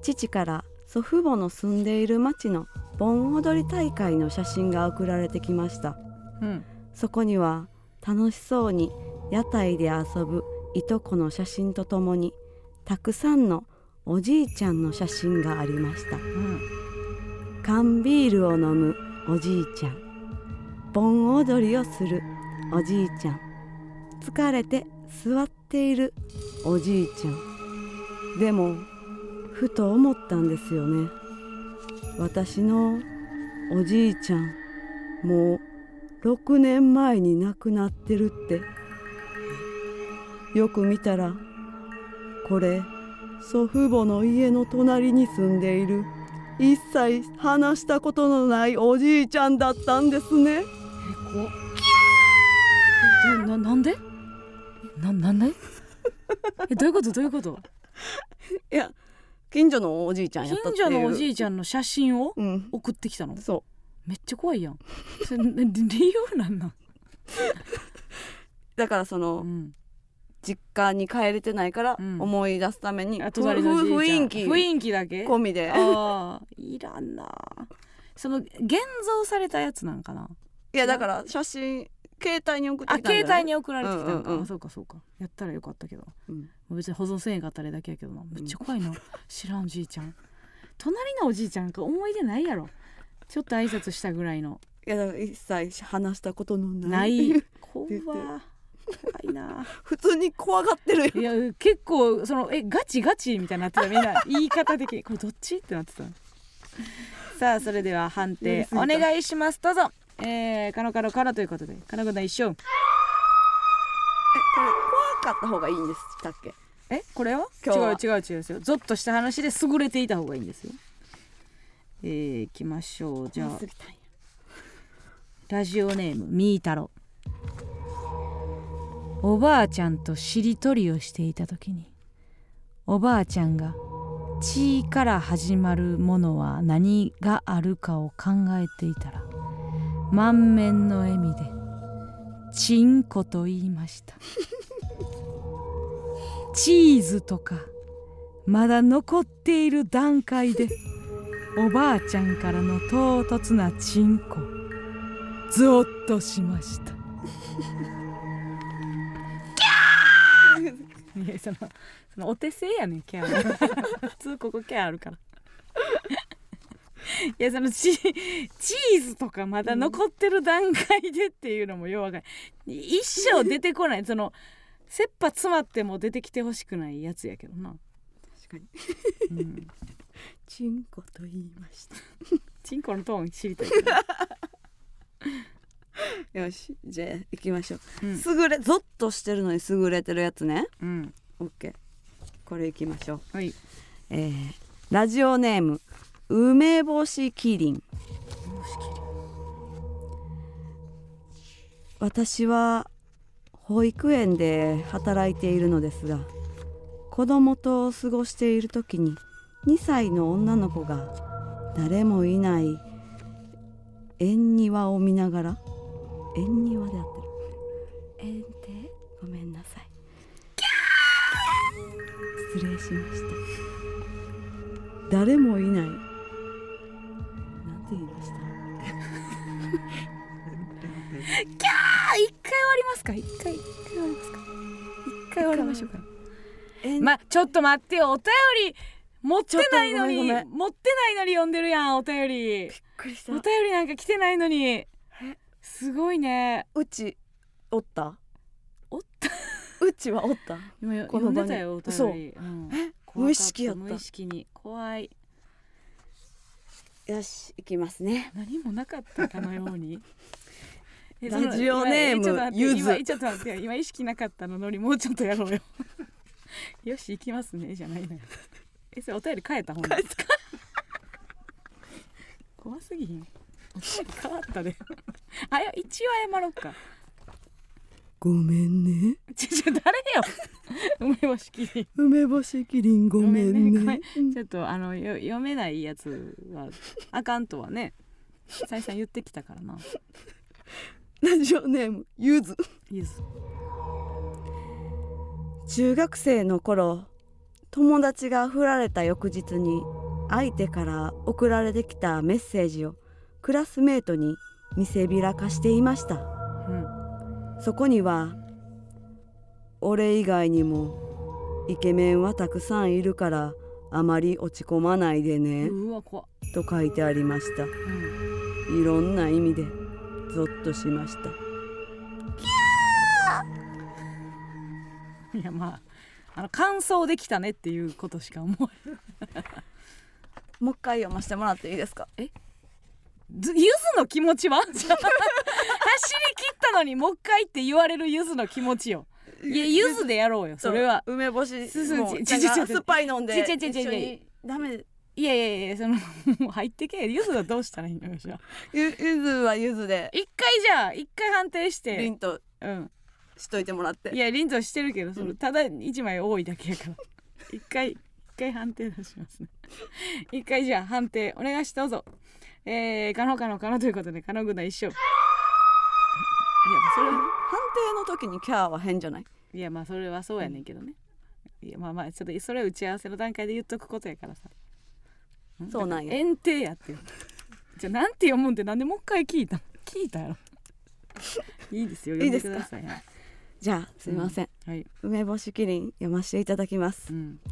A: 父から祖父母の住んでいる町の盆踊り大会の写真が送られてきました。
B: うん
A: そこには楽しそうに屋台で遊ぶいとこの写真とともにたくさんのおじいちゃんの写真がありました
B: うん
A: 缶ビールを飲むおじいちゃん盆踊りをするおじいちゃん疲れて座っているおじいちゃんでもふと思ったんですよね私のおじいちゃんもう6年前に亡くなってるってよく見たらこれ祖父母の家の隣に住んでいる一切話したことのないおじいちゃんだったんですね
B: えこえなななんでななんでえどういうことどうい うこと
A: いや近所のおじいちゃんや
B: 近
A: ったっていう
B: 所のおじ
A: い
B: いちゃんの写真を
A: うん
B: 送ってきたの
A: そ
B: めっちゃ怖いやんそれな理理由なんなん、
A: うだからそうの
B: ん、
A: 実家に帰れてないから
B: うん
A: 思い出すために、
B: あ
A: ふ
B: 隣のおじいちゃん
A: 雰囲気
B: 雰囲気だけ
A: 込みで
B: ああいらんなその現像されたやつなんかない
A: やだから写真携帯に送って
B: あ
A: きたんじゃない
B: 携帯に送られてきたん
A: う
B: か、
A: んうんうん
B: あそうかそうかやったらよかったけど
A: うん
B: 別に保存せえへんかったらあれだけやけどなめっちゃ怖いな、知らんおじいちゃん隣のおじいちゃんなんか思い出ないやろちょっと挨拶したぐらいの
A: いやだから一切話したことのな
B: ないい怖
A: 言って
B: 怖いな
A: 普通に怖がってるよ
B: いや結構そのえガチガチみたいになってたみんな言い方的にこれどっちってなってたさあそれでは判
A: やり
B: 定
A: す
B: お
A: ぎた
B: 願いしますどうぞえー、カノカノカノということでカノコの一勝
A: えこれ怖かった方がいいんでしたっけ
B: えこれは
A: 今日は
B: 違う違う違うですよゾッとした話で優れていた方がいいんですよえー、行きましょうじゃあ
A: 過ぎたんや
B: ラジオネームみーたろおばあちゃんとしりとりをしていた時におばあちゃんが「ち」から始まるものは何があるかを考えていたら満面の笑みで「ちんこ」と言いましたチーズとかまだ残っている段階で
E: おばあちゃんからの唐突なチンコゾッとしました
B: いやそのそのお手製やねんキャー 普通ここキャーあるから いやそのチチーズとかまだ残ってる段階でっていうのもようわかんない一生出てこないその切羽詰まっても出てきてほしくないやつやけどな
A: 確かに
B: うん
A: チンコと言いました
B: チンコのトーン知りたい、
A: よしじゃあ行きましょう、
B: うん
A: 優れゾッとしてるのに優れてるやつね
B: うん、
A: オッケーこれ行きましょう
B: はい
A: えーラジオネーム梅干しキリン私は保育園で働いているのですが子供と過ごしている時に2歳の女の子が誰もいない縁庭を見ながら縁庭であってる園庭ごめんなさい失礼しました誰もいない。なんて言いました。
B: あ一回終わりますか一回一回終わりますか一回終わりましょうか
A: え
B: ま、ちょっと待ってよお便り持ってないの
A: ちょっとご
B: に
A: めんごめん
B: 持ってないのに読んでるやんお便り
A: くりし
B: お便りなんか来てないのにすごいね
A: うち、おった。
B: おった
A: うちはおった。
B: 今よ
A: こ
B: 読
A: の
B: ん
A: 場
B: で
A: に
B: たよお
A: 嘘
B: 便り、うん
A: え
B: 怖か
A: 無意識やった
B: 無意識に怖い
A: よし、行きますね。
B: 何もなかったかのよ うにえ
A: ラジオネーム
B: その今え
A: ゆず
B: ちょっと待って今ちょっと待って今意識なかったのノリもうちょっとやろうよ よし行きますねじゃないのよえそれお便り変えたほん変えた怖すぎひんお便り変わったで あいや一応謝ろうか
A: ごめんね。
B: ちょちょ誰よ梅干しキリン
A: 梅干しキリン、ごめんね。
B: ごめんちょっとあのよ読めないやつはあかんとはね再三言ってきたからな
A: ラジオネーム、ゆず。
B: ゆず
A: 中学生の頃友達が振られた翌日に相手から送られてきたメッセージをクラスメートに見せびらかしていました、そこには「俺以外にもイケメンはたくさんいるからあまり落ち込まないでね
B: うわ怖っ、」
A: と書いてありました
B: うん
A: いろんな意味でゾッとしました
B: いやまああの感想できたねっていうことしか思う
A: もう一回読ませてもらっていいですか
B: ずゆずの気持ちは 走り切ったのにもう一回って言われるゆずの気持ちよいやゆずでやろうよそれは
A: 梅干し
B: すす
A: もう
B: ち
A: な
B: ちち
A: ん
B: ち
A: か酸っぱい飲んで
B: ちちちち
A: 一緒にダメ
B: いやいやいやその もう入ってけゆずはどうしたらいいのよじゃあ
A: ゆゆずはゆずで
B: 一回じゃあ一回判定し
A: 凛
B: て
A: と
B: うん
A: しといてもらって
B: いやリンとしてるけどそのただ一枚多いだけ やから一回一回判定出しますね一回じゃあ判定お願いしどうぞえー、可能可能可能ということで可能軍団一勝いやそれはね
A: 判定の時にキャーは変じゃない
B: いやまあそれはそうやねんけどね、いやまあまあちょっとそれは打ち合わせの段階で言っとくことやからさ
A: そうなんや
B: 遠定やってよじゃあなんて読むんってなんでもう一回聞いたの聞いた やろいいですよ
A: い
B: 読
A: いで
B: んですく
A: か
B: ださいはい
A: じゃあすいません、
B: はい、
A: 梅干しキリン読ませていただきます
B: う、ん
A: え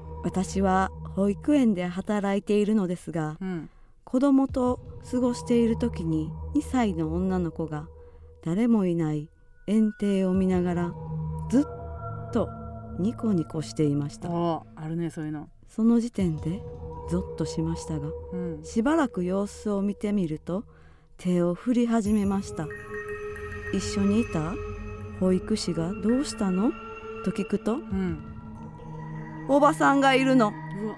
A: ー私は保育園で働いているのですが
B: うん、
A: 子供と過ごしている時に2歳の女の子が誰もいない園庭を見ながらずっとニコニコしていました
B: ああるねそういうの
A: その時点でゾッとしましたが
B: うん
A: しばらく様子を見てみると手を振り始めました一緒にいた保育士が「どうしたの?」と聞くと
B: うん
A: 「おばさんがいるの
B: うわ」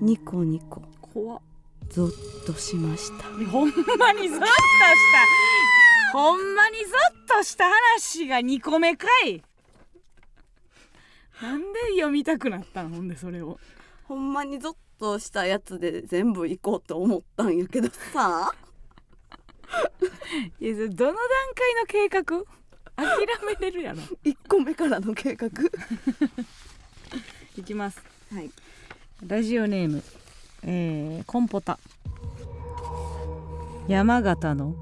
A: ニコニコ
B: 怖っ
A: ゾッとしました
B: ほんまにゾッとしたほんまにゾッとした話が2個目かいなんで読みたくなったのほんでそれを
A: ほんまにゾッとしたやつで全部行こうと思ったんやけど さ
B: いやそれどの段階の計画諦めれるやろ
A: 1個目からの計画
B: いきます
A: はい
B: ラジオネーム、えーコンポタ
E: 山形の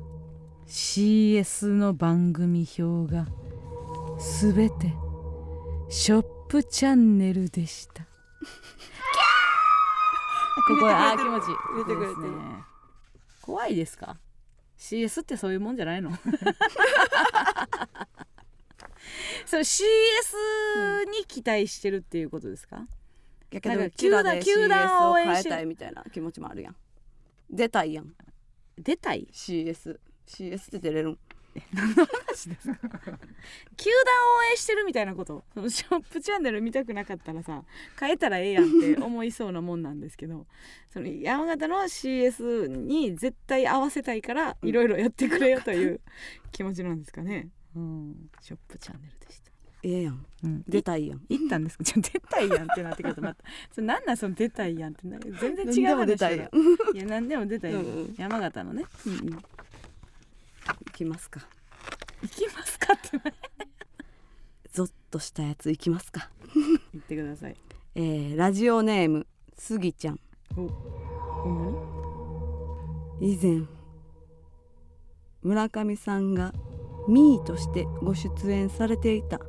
E: CS の番組表がすべてショップチャンネルでした
B: ここあ
A: 入れ
B: ー
A: てくれて
B: 気持ちいい
A: 入れてくれてる
B: いいですね怖いですか CS ってそういうもんじゃないの それ CS に期待してるっていうことですか、
A: やけ
B: な
A: ど
B: んか球団球団を応
A: CS を
B: 援
A: 変
B: し
A: え
B: て
A: たいみたいな気持ちもあるやん出たいやん
B: 出たい
A: CSCS って出れるん
B: 球団を応援してるみたいなことそのショップチャンネル見たくなかったらさ変えたらええやんって思いそうなもんなんですけどその山形の CS に絶対合わせたいからいろいろやってくれよという気持ちなんですかね、うん、ショップチャンネルでした
A: ええやん、
B: うん
A: 出たいやん
B: 行ったんですかじゃあ出たいやんってなってくるとまた それなんなんその出たいやんってな全然違う
A: 何でも出
B: 話
A: たいやん
B: だいや何でも出たいやん
A: うんうん
B: 山形のね
A: 行きますか
B: 行きますかってな
A: ゾッとしたやつ行きますか
B: 言ってください
A: えーラジオネームすぎちゃん
B: ほんまに
A: 以前村上さんがミーとしてご出演されていた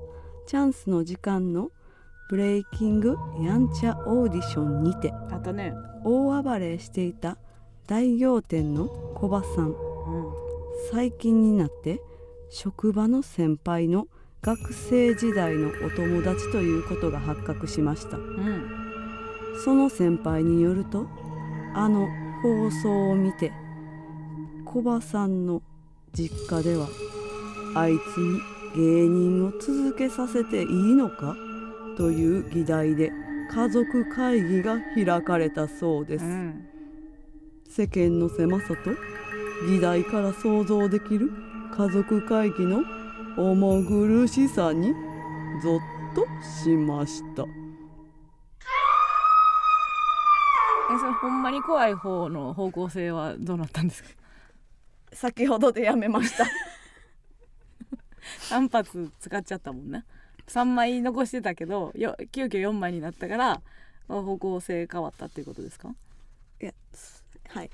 A: チャンスの時間のブレイキングやんちゃオーディションにて
B: あとね
A: 大暴れしていた大仰天の小葉さん
B: うん
A: 最近になって職場の先輩の学生時代のお友達ということが発覚しました
B: うん
A: その先輩によるとあの放送を見てコバさんの実家ではあいつに芸人を続けさせていいのかという議題で家族会議が開かれたそうです、
B: うん
A: 世間の狭さと議題から想像できる家族会議の重苦しさにゾッとしました
B: えそれほんまに怖い方の方向性はどうなったんですか
A: 先ほどでやめま した
B: 3発使っちゃったもんね3枚残してたけどよ急遽4枚になったからまあ方向性変わったっていうことですか
A: いやすはい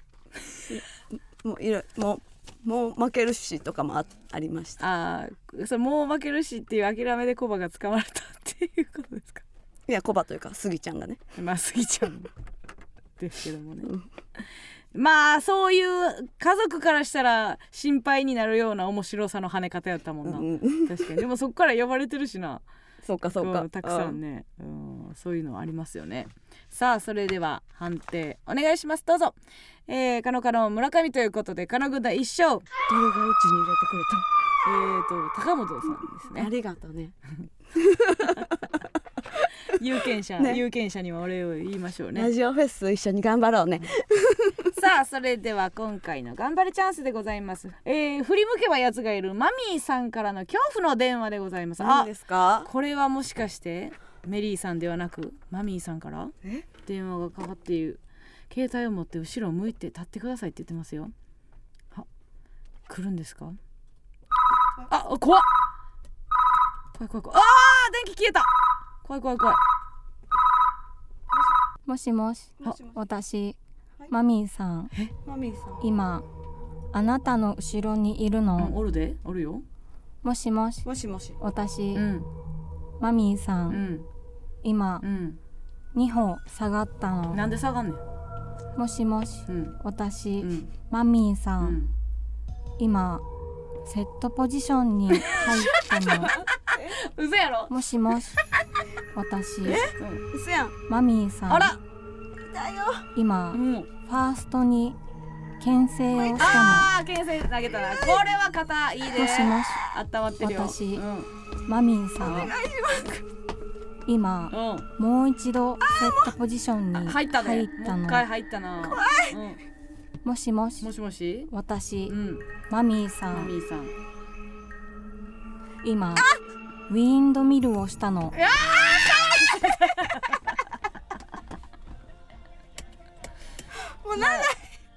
A: もういろもうもう負けるしとかもあありました
B: ああそれもう負けるしっていう諦めでコバが捕まれたっていうことですか
A: いやコバというかスギちゃんがね
B: まあスギちゃんもですけどもねまあそういう家族からしたら心配になるような面白さの跳ね方やったもんな、
A: うんうん
B: 確かにでもそこから呼ばれてるしな
A: そうかそうか、
B: んたくさん
A: ね
B: ね、うん、そういうのはありますよねさあそれでは判定お願いしますどうぞえー、カノカノ村上ということでカノ軍団一勝
A: 誰がうちに入れてくれ
B: えーと高本さんです
A: た
B: ね
A: ありがとうね
B: 有権者、
A: ね
B: 有権者にはお礼を言いましょうね
A: ラジオフェス一緒に頑張ろうね
B: さあそれでは今回の頑張れチャンスでございます、えー、振り向けば奴がいるマミーさんからの恐怖の電話でございますあ
A: 何ですか
B: これはもしかしてメリーさんではなくマミーさんから
A: え
B: 電話がかかっている携帯を持って後ろを向いて立ってくださいって言ってますよあ来るんですかあ怖っ怖い怖い怖いあー電気消えた怖い怖い怖い
F: もしもし
A: もしもし
F: 私、
A: はい
F: マミーさん
A: マミーさん
F: 今あなたの後ろにいるの、
B: うんおるでおるよ
F: もしもし
A: もしもし
F: 私、
B: うん
F: マミーさ、
B: うんん
F: 今
B: うん
F: 2歩下がったの
B: なんで下がんねん
F: もしもし
B: うん
F: 私、
B: うん
F: マミーさ、
B: うんん
F: 今セットポジションに入ったの
B: 嘘やろ、
F: もしもし私
B: うん、
A: うやん
F: マミーさん
B: あら
F: 今、
B: もう
F: ファーストに牽制をした
B: ああ牽制投げたなこれは肩いい
F: のも
B: で
F: しもし
B: あったまってるよ
F: 私
B: うん、うん
F: マミーさん今、もう一度セットポジション
B: あ
F: に
B: 入
F: 入
B: っ
F: ったた
B: ねもう一回
F: の
B: 入ったな怖い、う
F: もしもし
B: ん、もしもし
F: 私
B: うん
F: マミーさ
B: マ
F: ん
B: ミーさん
F: 今ウィンドミルをしたの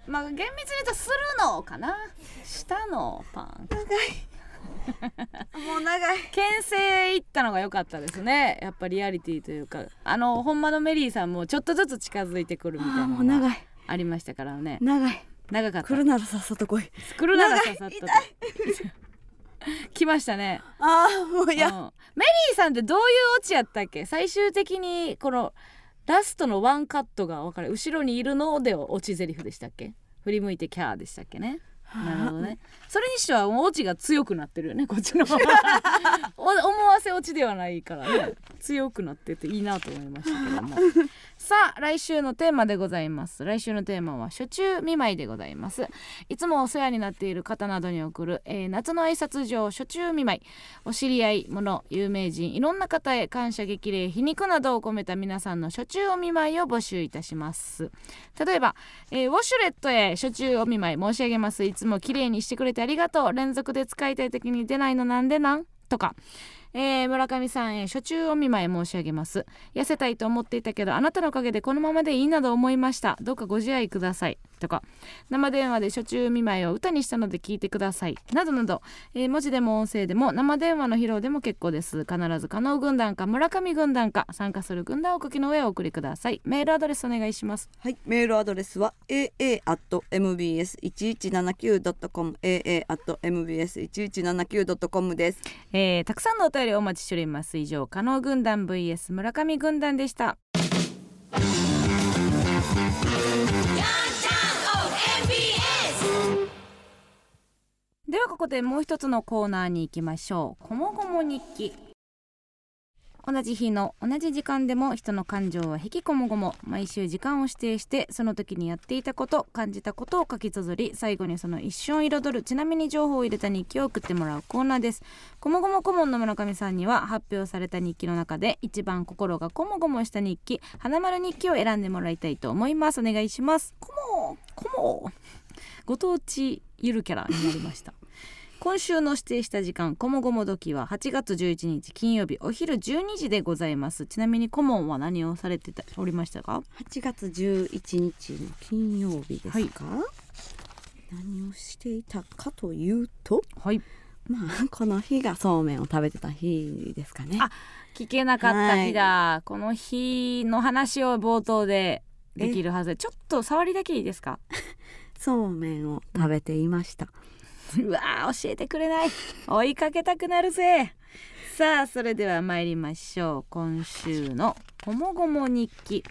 B: まあ厳密に言うとするのかなしたのパン
G: もう長い
B: 牽制行ったのが良かったですねやっぱリアリティというかあのほんまのメリーさんもちょっとずつ近づいてくるみたいな
A: あーもう
B: の
A: 長
B: が
A: い
B: ありましたからね
A: 長い
B: 長かった
A: 来るならさっさと来い
B: 来るなら刺さったと 来ましたね
A: ああもう
B: いやメリーさんってどういうオチやったっけ最終的にこのラストのワンカットが分かる後ろにいるのでオチゼリフでしたっけ振り向いてキャーでしたっけねなるほどねそれにしてはもうオチが強くなってるよねこっちのお思わせオチではないからね強くなってていいなと思いましたけどもさあ来週のテーマでございます来週のテーマは初中見舞いでございますいつもお世話になっている方などに送る、えー夏の挨拶状初中見舞いお知り合い者有名人いろんな方へ感謝激励皮肉などを込めた皆さんの初中お見舞いを募集いたします例えば、えーウォシュレットへ初中お見舞い申し上げますいつも綺麗にしてくれてありがとう連続で使いたい時に出ないのなんでなんとかえー村上さんへ初中お見舞い申し上げます痩せたいと思っていたけどあなたのおかげでこのままでいいなど思いましたどうかご自愛くださいとか生電話で初中見舞いを歌にしたので聞いてくださいなどなど、えー文字でも音声でも生電話の披露でも結構です必ず加納軍団か村上軍団か参加する軍団を書きの上お送りくださいメールアドレスお願いします
G: はい、メールアドレスは aa.mbs1179.com aa.mbs1179.com です。
B: えーたくさんのお便りお待ちしております以上加納軍団 vs 村上軍団でしたではここでもう一つのコーナーに行きましょう「こもごも日記」同じ日の同じ時間でも人の感情は引きこもごも毎週時間を指定してその時にやっていたこと感じたことを書き綴り最後にその一瞬を彩るちなみに情報を入れた日記を送ってもらうコーナーですこもごも顧問の村上さんには発表された日記の中で一番心がこもごもした日記花丸日記を選んでもらいたいと思いますお願いしますこもこもご当地ゆるキャラになりました今週の指定した時間こもごも時は8月11日金曜日お昼12時でございますちなみに顧問は何をされてたおりましたか
A: 8月11日の金曜日ですか、何をしていたかというと
B: はい
A: まあこの日がそうめんを食べてた日ですかね
B: あ聞けなかった日だ、この日の話を冒頭でできるはずでちょっと触りだけいいですか
A: そうめんを食べていました
B: うわー教えてくれない追いかけたくなるぜさあそれでは参りましょう今週の「こもごも日記」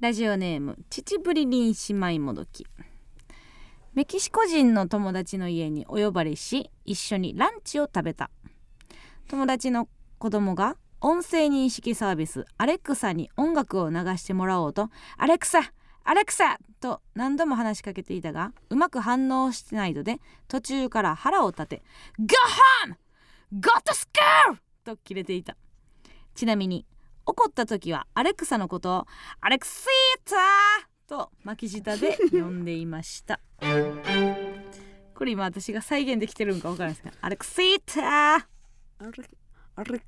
B: ラジオネーム「秩父りりん姉妹もどき」メキシコ人の友達の家にお呼ばれし一緒にランチを食べた友達の子供が音声認識サービスアレクサに音楽を流してもらおうと「アレクサアレクサ!」と何度も話しかけていたがうまく反応してないので途中から腹を立て「Go home! Go to school!」と切れていたちなみに怒った時はアレクサのことを「アレクシーター!」と巻き舌で呼んでいました これ今私が再現できてるんか分からないですけど「アレクシーター
A: あれあれ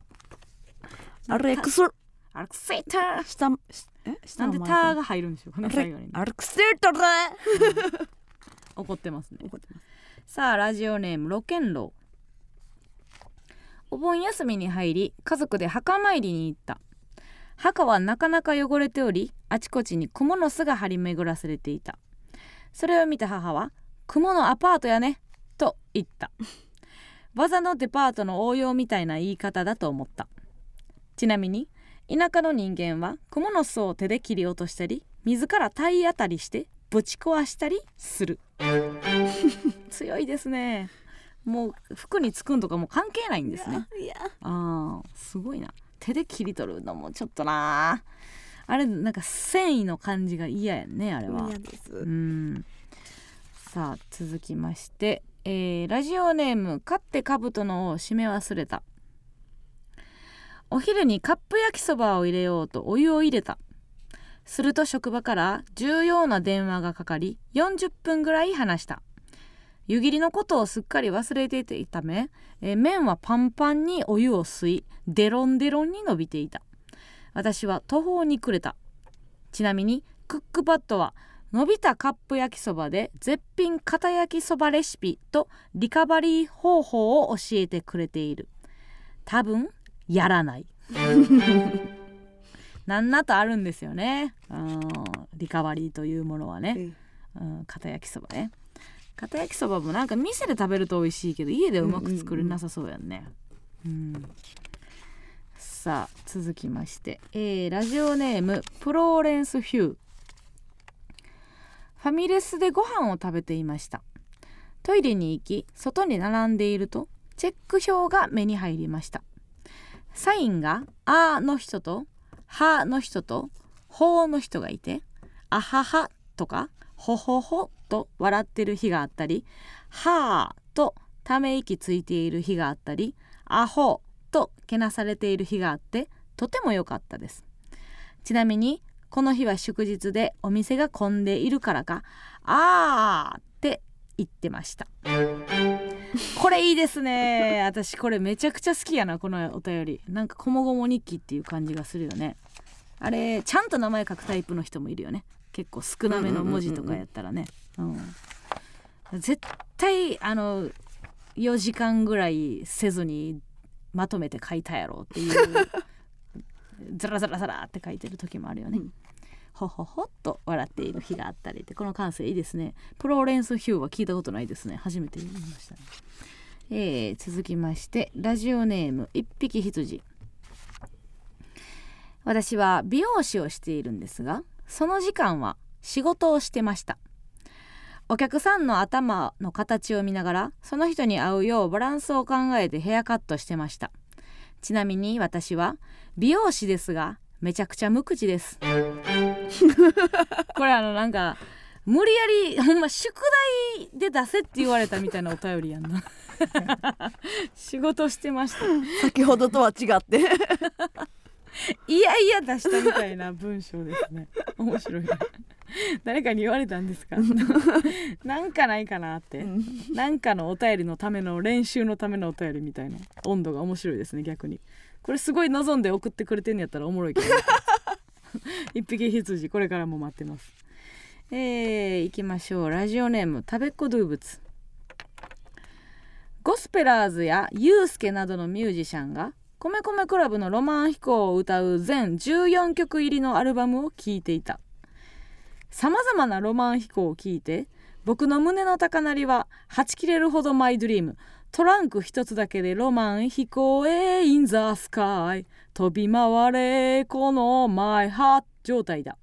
A: あれクソ
B: アレクシーター!
A: 下しえ」下
B: なん
A: の
B: で「タ
A: 前
B: ー」が入るんでしょうかね最後に
A: あれクソとれ
B: 怒ってますね
A: 怒って
B: さあラジオネームロケンロウお盆休みに入り家族で墓参りに行った墓はなかなか汚れておりあちこちに蜘蛛の巣が張り巡らされていたそれを見た母は「蜘蛛のアパートやね」と言った技のデパートの応用みたいな言い方だと思ったちなみに田舎の人間は蜘蛛の巣を手で切り落としたり自ら体当たりしてぶち壊したりする 強いですねもう服につくんとかもう関係ないんですね
A: いや
B: あーすごいな手で切り取るのもちょっとなあれなんか繊維の感じが嫌やんねあれは
A: 嫌です
B: うんさあ続きまして、えーラジオネーム「勝って兜の王を締め忘れた」お昼にカップ焼きそばを入れようとお湯を入れたすると職場から重要な電話がかかり40分ぐらい話した湯切りのことをすっかり忘れていたため、えー麺はパンパンにお湯を吸いデロンデロンに伸びていた私は途方に暮れたちなみにクックパッドは伸びたカップ焼きそばで絶品片焼きそばレシピとリカバリー方法を教えてくれている多分やらないなんなとあるんですよねうんリカバリーというものはね、うん、片焼きそばね片焼きそばもなんか店で食べると美味しいけど家でうまく作れなさそうやんね、うんさあ続きまして、えーラジオネームプローレンス・ヒューファミレスでご飯を食べていましたトイレに行き外に並んでいるとチェック表が目に入りましたサインが「あ」の人と「は」の人と「ほ」の人がいて「あはは」とか「ほほほ」と笑ってる日があったり「はあ」とため息ついている日があったり「アホ」とけなされている日があってとても良かったですちなみにこの日は祝日でお店が混んでいるからか「あー」って言ってましたこれいいですね私これめちゃくちゃ好きやなこのお便りなんか「こもごも日記」っていう感じがするよねあれちゃんと名前書くタイプの人もいるよね結構少なめの文字とかやったらねうん絶対あの4時間ぐらいせずにまとめて書いたやろっていうザラザラザラって書いてる時もあるよね、ほほほっと笑っている日があったりってこの感性いいですねプローレンス・ヒューは聞いたことないですね初めて言いましたね、えー続きましてラジオネーム一匹羊私は美容師をしているんですがその時間は仕事をしてましたお客さんの頭の形を見ながらその人に合うようバランスを考えてヘアカットしてましたちなみに私は美容師ですがめちゃくちゃ無口ですこれあのなんか無理やりほんま宿題で出せって言われたみたいなお便りやんな 仕事してました
G: 先ほどとは違って
B: いやいや出したみたいな文章ですね面白いな誰かに言われたんですかなんかないかなってなんかのお便りのための練習のためのお便りみたいな温度が面白いですね逆にこれすごい望んで送ってくれてんのやったらおもろいけど一匹羊これからも待ってますえー、いきましょうラジオネームたべっ子動物ゴスペラーズやユースケなどのミュージシャンが米米クラブの「ロマン飛行」を歌う全14曲入りのアルバムを聴いていたさまざまなロマン飛行を聴いて僕の胸の高鳴りは「はち切れるほどマイドリーム」トランク一つだけでロマン飛行へインザスカイ飛び回れこのマイハート状態だ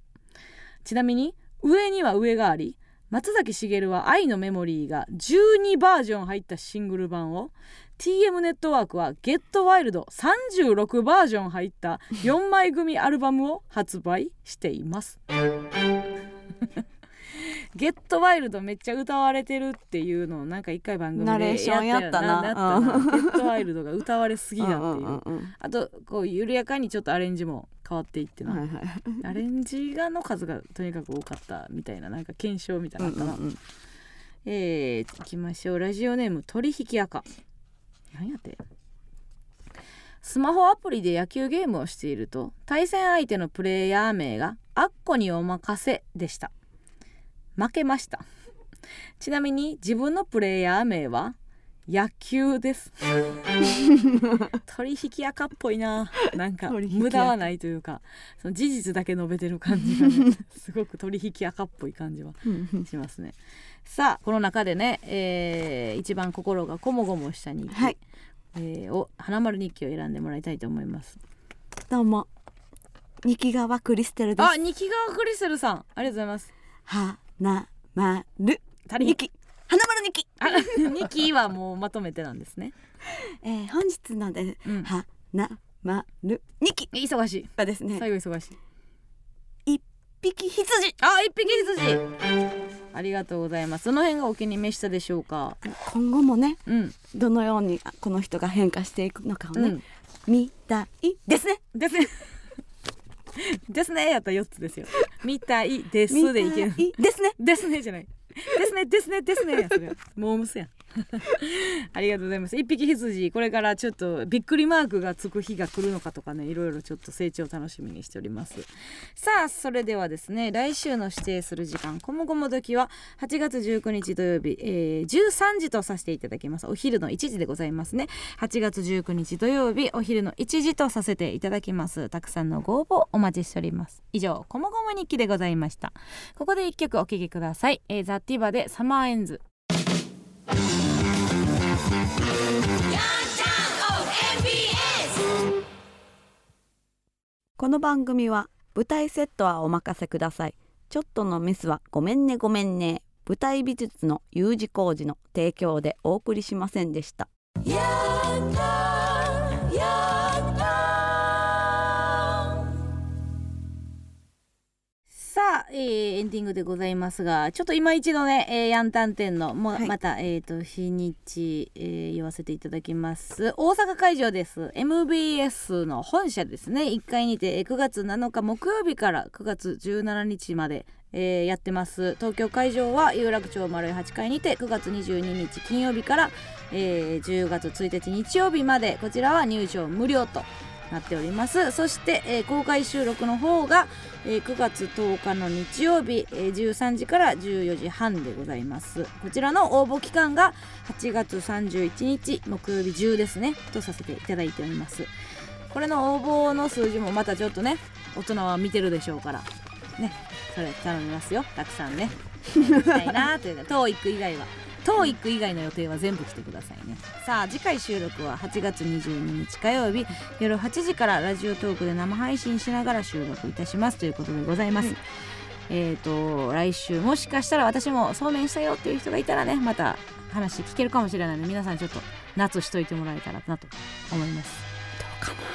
B: ちなみに上には上があり松崎しげるは「愛のメモリー」が12バージョン入ったシングル版を TM ネットワークは「ゲットワイルド36バージョン入った4枚組アルバムを発売しています。 ゲットワイルドめっちゃ歌われてるっていうのをなんか一回番組で
G: ナレーションやったな
B: やったよなゲットワイルドが歌われすぎだっていう
G: うんうんうん
B: あとこう緩やかにちょっとアレンジも変わっていって
G: うん
B: な、
G: はいはい
B: アレンジがの数がとにかく多かったみたいななんか検証みたいなのあった
G: うん
B: な、
G: うんうん
B: えー、いきましょうラジオネーム取引赤何やってスマホアプリで野球ゲームをしていると対戦相手のプレイヤー名が「あっこにお任せ」でした負けましたちなみに自分のプレイヤー名は「野球」です 取引赤っぽいななんか
G: 取引赤
B: 無駄はないというかその事実だけ述べてる感じが ね、すごく取引赤っぽい感じは しますねさあこの中でね、えー一番心がこもごもした日記、
G: はい
B: えーを花丸日記を選んでもらいたいと思います
A: どうもニキガワクリステルです
B: あ日記川クリステルさんありがとうございます
A: はなまる
B: 足り
A: ニキ花丸ニキ
B: あ 日記はもうまとめてなんですね
A: えー、本日ので、
B: うん
A: はなまるニキ
B: 忙しい
A: がですね
B: 最後忙しい
A: 一匹羊
B: あ一匹羊ありがとうございますその辺がお気に召したでしょうか
A: 今後もね
B: うん、
A: どのようにあこの人が変化していくのかを
B: う
A: ね、
B: ん、
A: 見たいですね
B: です ねですねやったら4つですよみたいですでいける
A: 見たいですね
B: ですねじゃない。ですねですねですねやそれ。モームスやん。ありがとうございます一匹羊これからちょっとびっくりマークがつく日が来るのかとかねいろいろちょっと成長を楽しみにしておりますさあそれではですね来週の指定する時間こもごも時は8月19日土曜日、えー、13時とさせていただきますお昼の1時でございますね8月19日土曜日お昼の1時とさせていただきますたくさんのご応募お待ちしております以上こもごも日記でございましたここで一曲お聴きください、えー、ザ・ティバでサマーエンズ
A: この番組は舞台セットはお任せくださいちょっとのミスはごめんねごめんね舞台美術の U 字工事の提供でお送りしませんでした
B: さあ、えーエンディングでございますがちょっと今一度ね、えーヤンタン店のも、
G: はい
B: また、えー、と日にち、えー言わせていただきます大阪会場です MBS の本社ですね1階にてえー9月7日木曜日から9月17日まで、えーやってます東京会場は有楽町丸井8階にて9月22日金曜日から、えー10月1日日曜日までこちらは入場無料となっておりますそして、えー公開収録の方がえー9月10日の日曜日、えー13時から14時半でございますこちらの応募期間が8月31日木曜日10ですねとさせていただいておりますこれの応募の数字もまたちょっとね大人は見てるでしょうからねそれ頼みますよたくさん ね行きたいなというか TOEIC 以外は TOEIC 以外の予定は全部来てくださいねさあ次回収録は8月22日火曜日夜8時からラジオトークで生配信しながら収録いたしますということでございます、えっ、と来週もしかしたら私もそうめんしたよっていう人がいたらねまた話聞けるかもしれないので皆さんちょっと夏しといてもらえたらなと思いますどうかな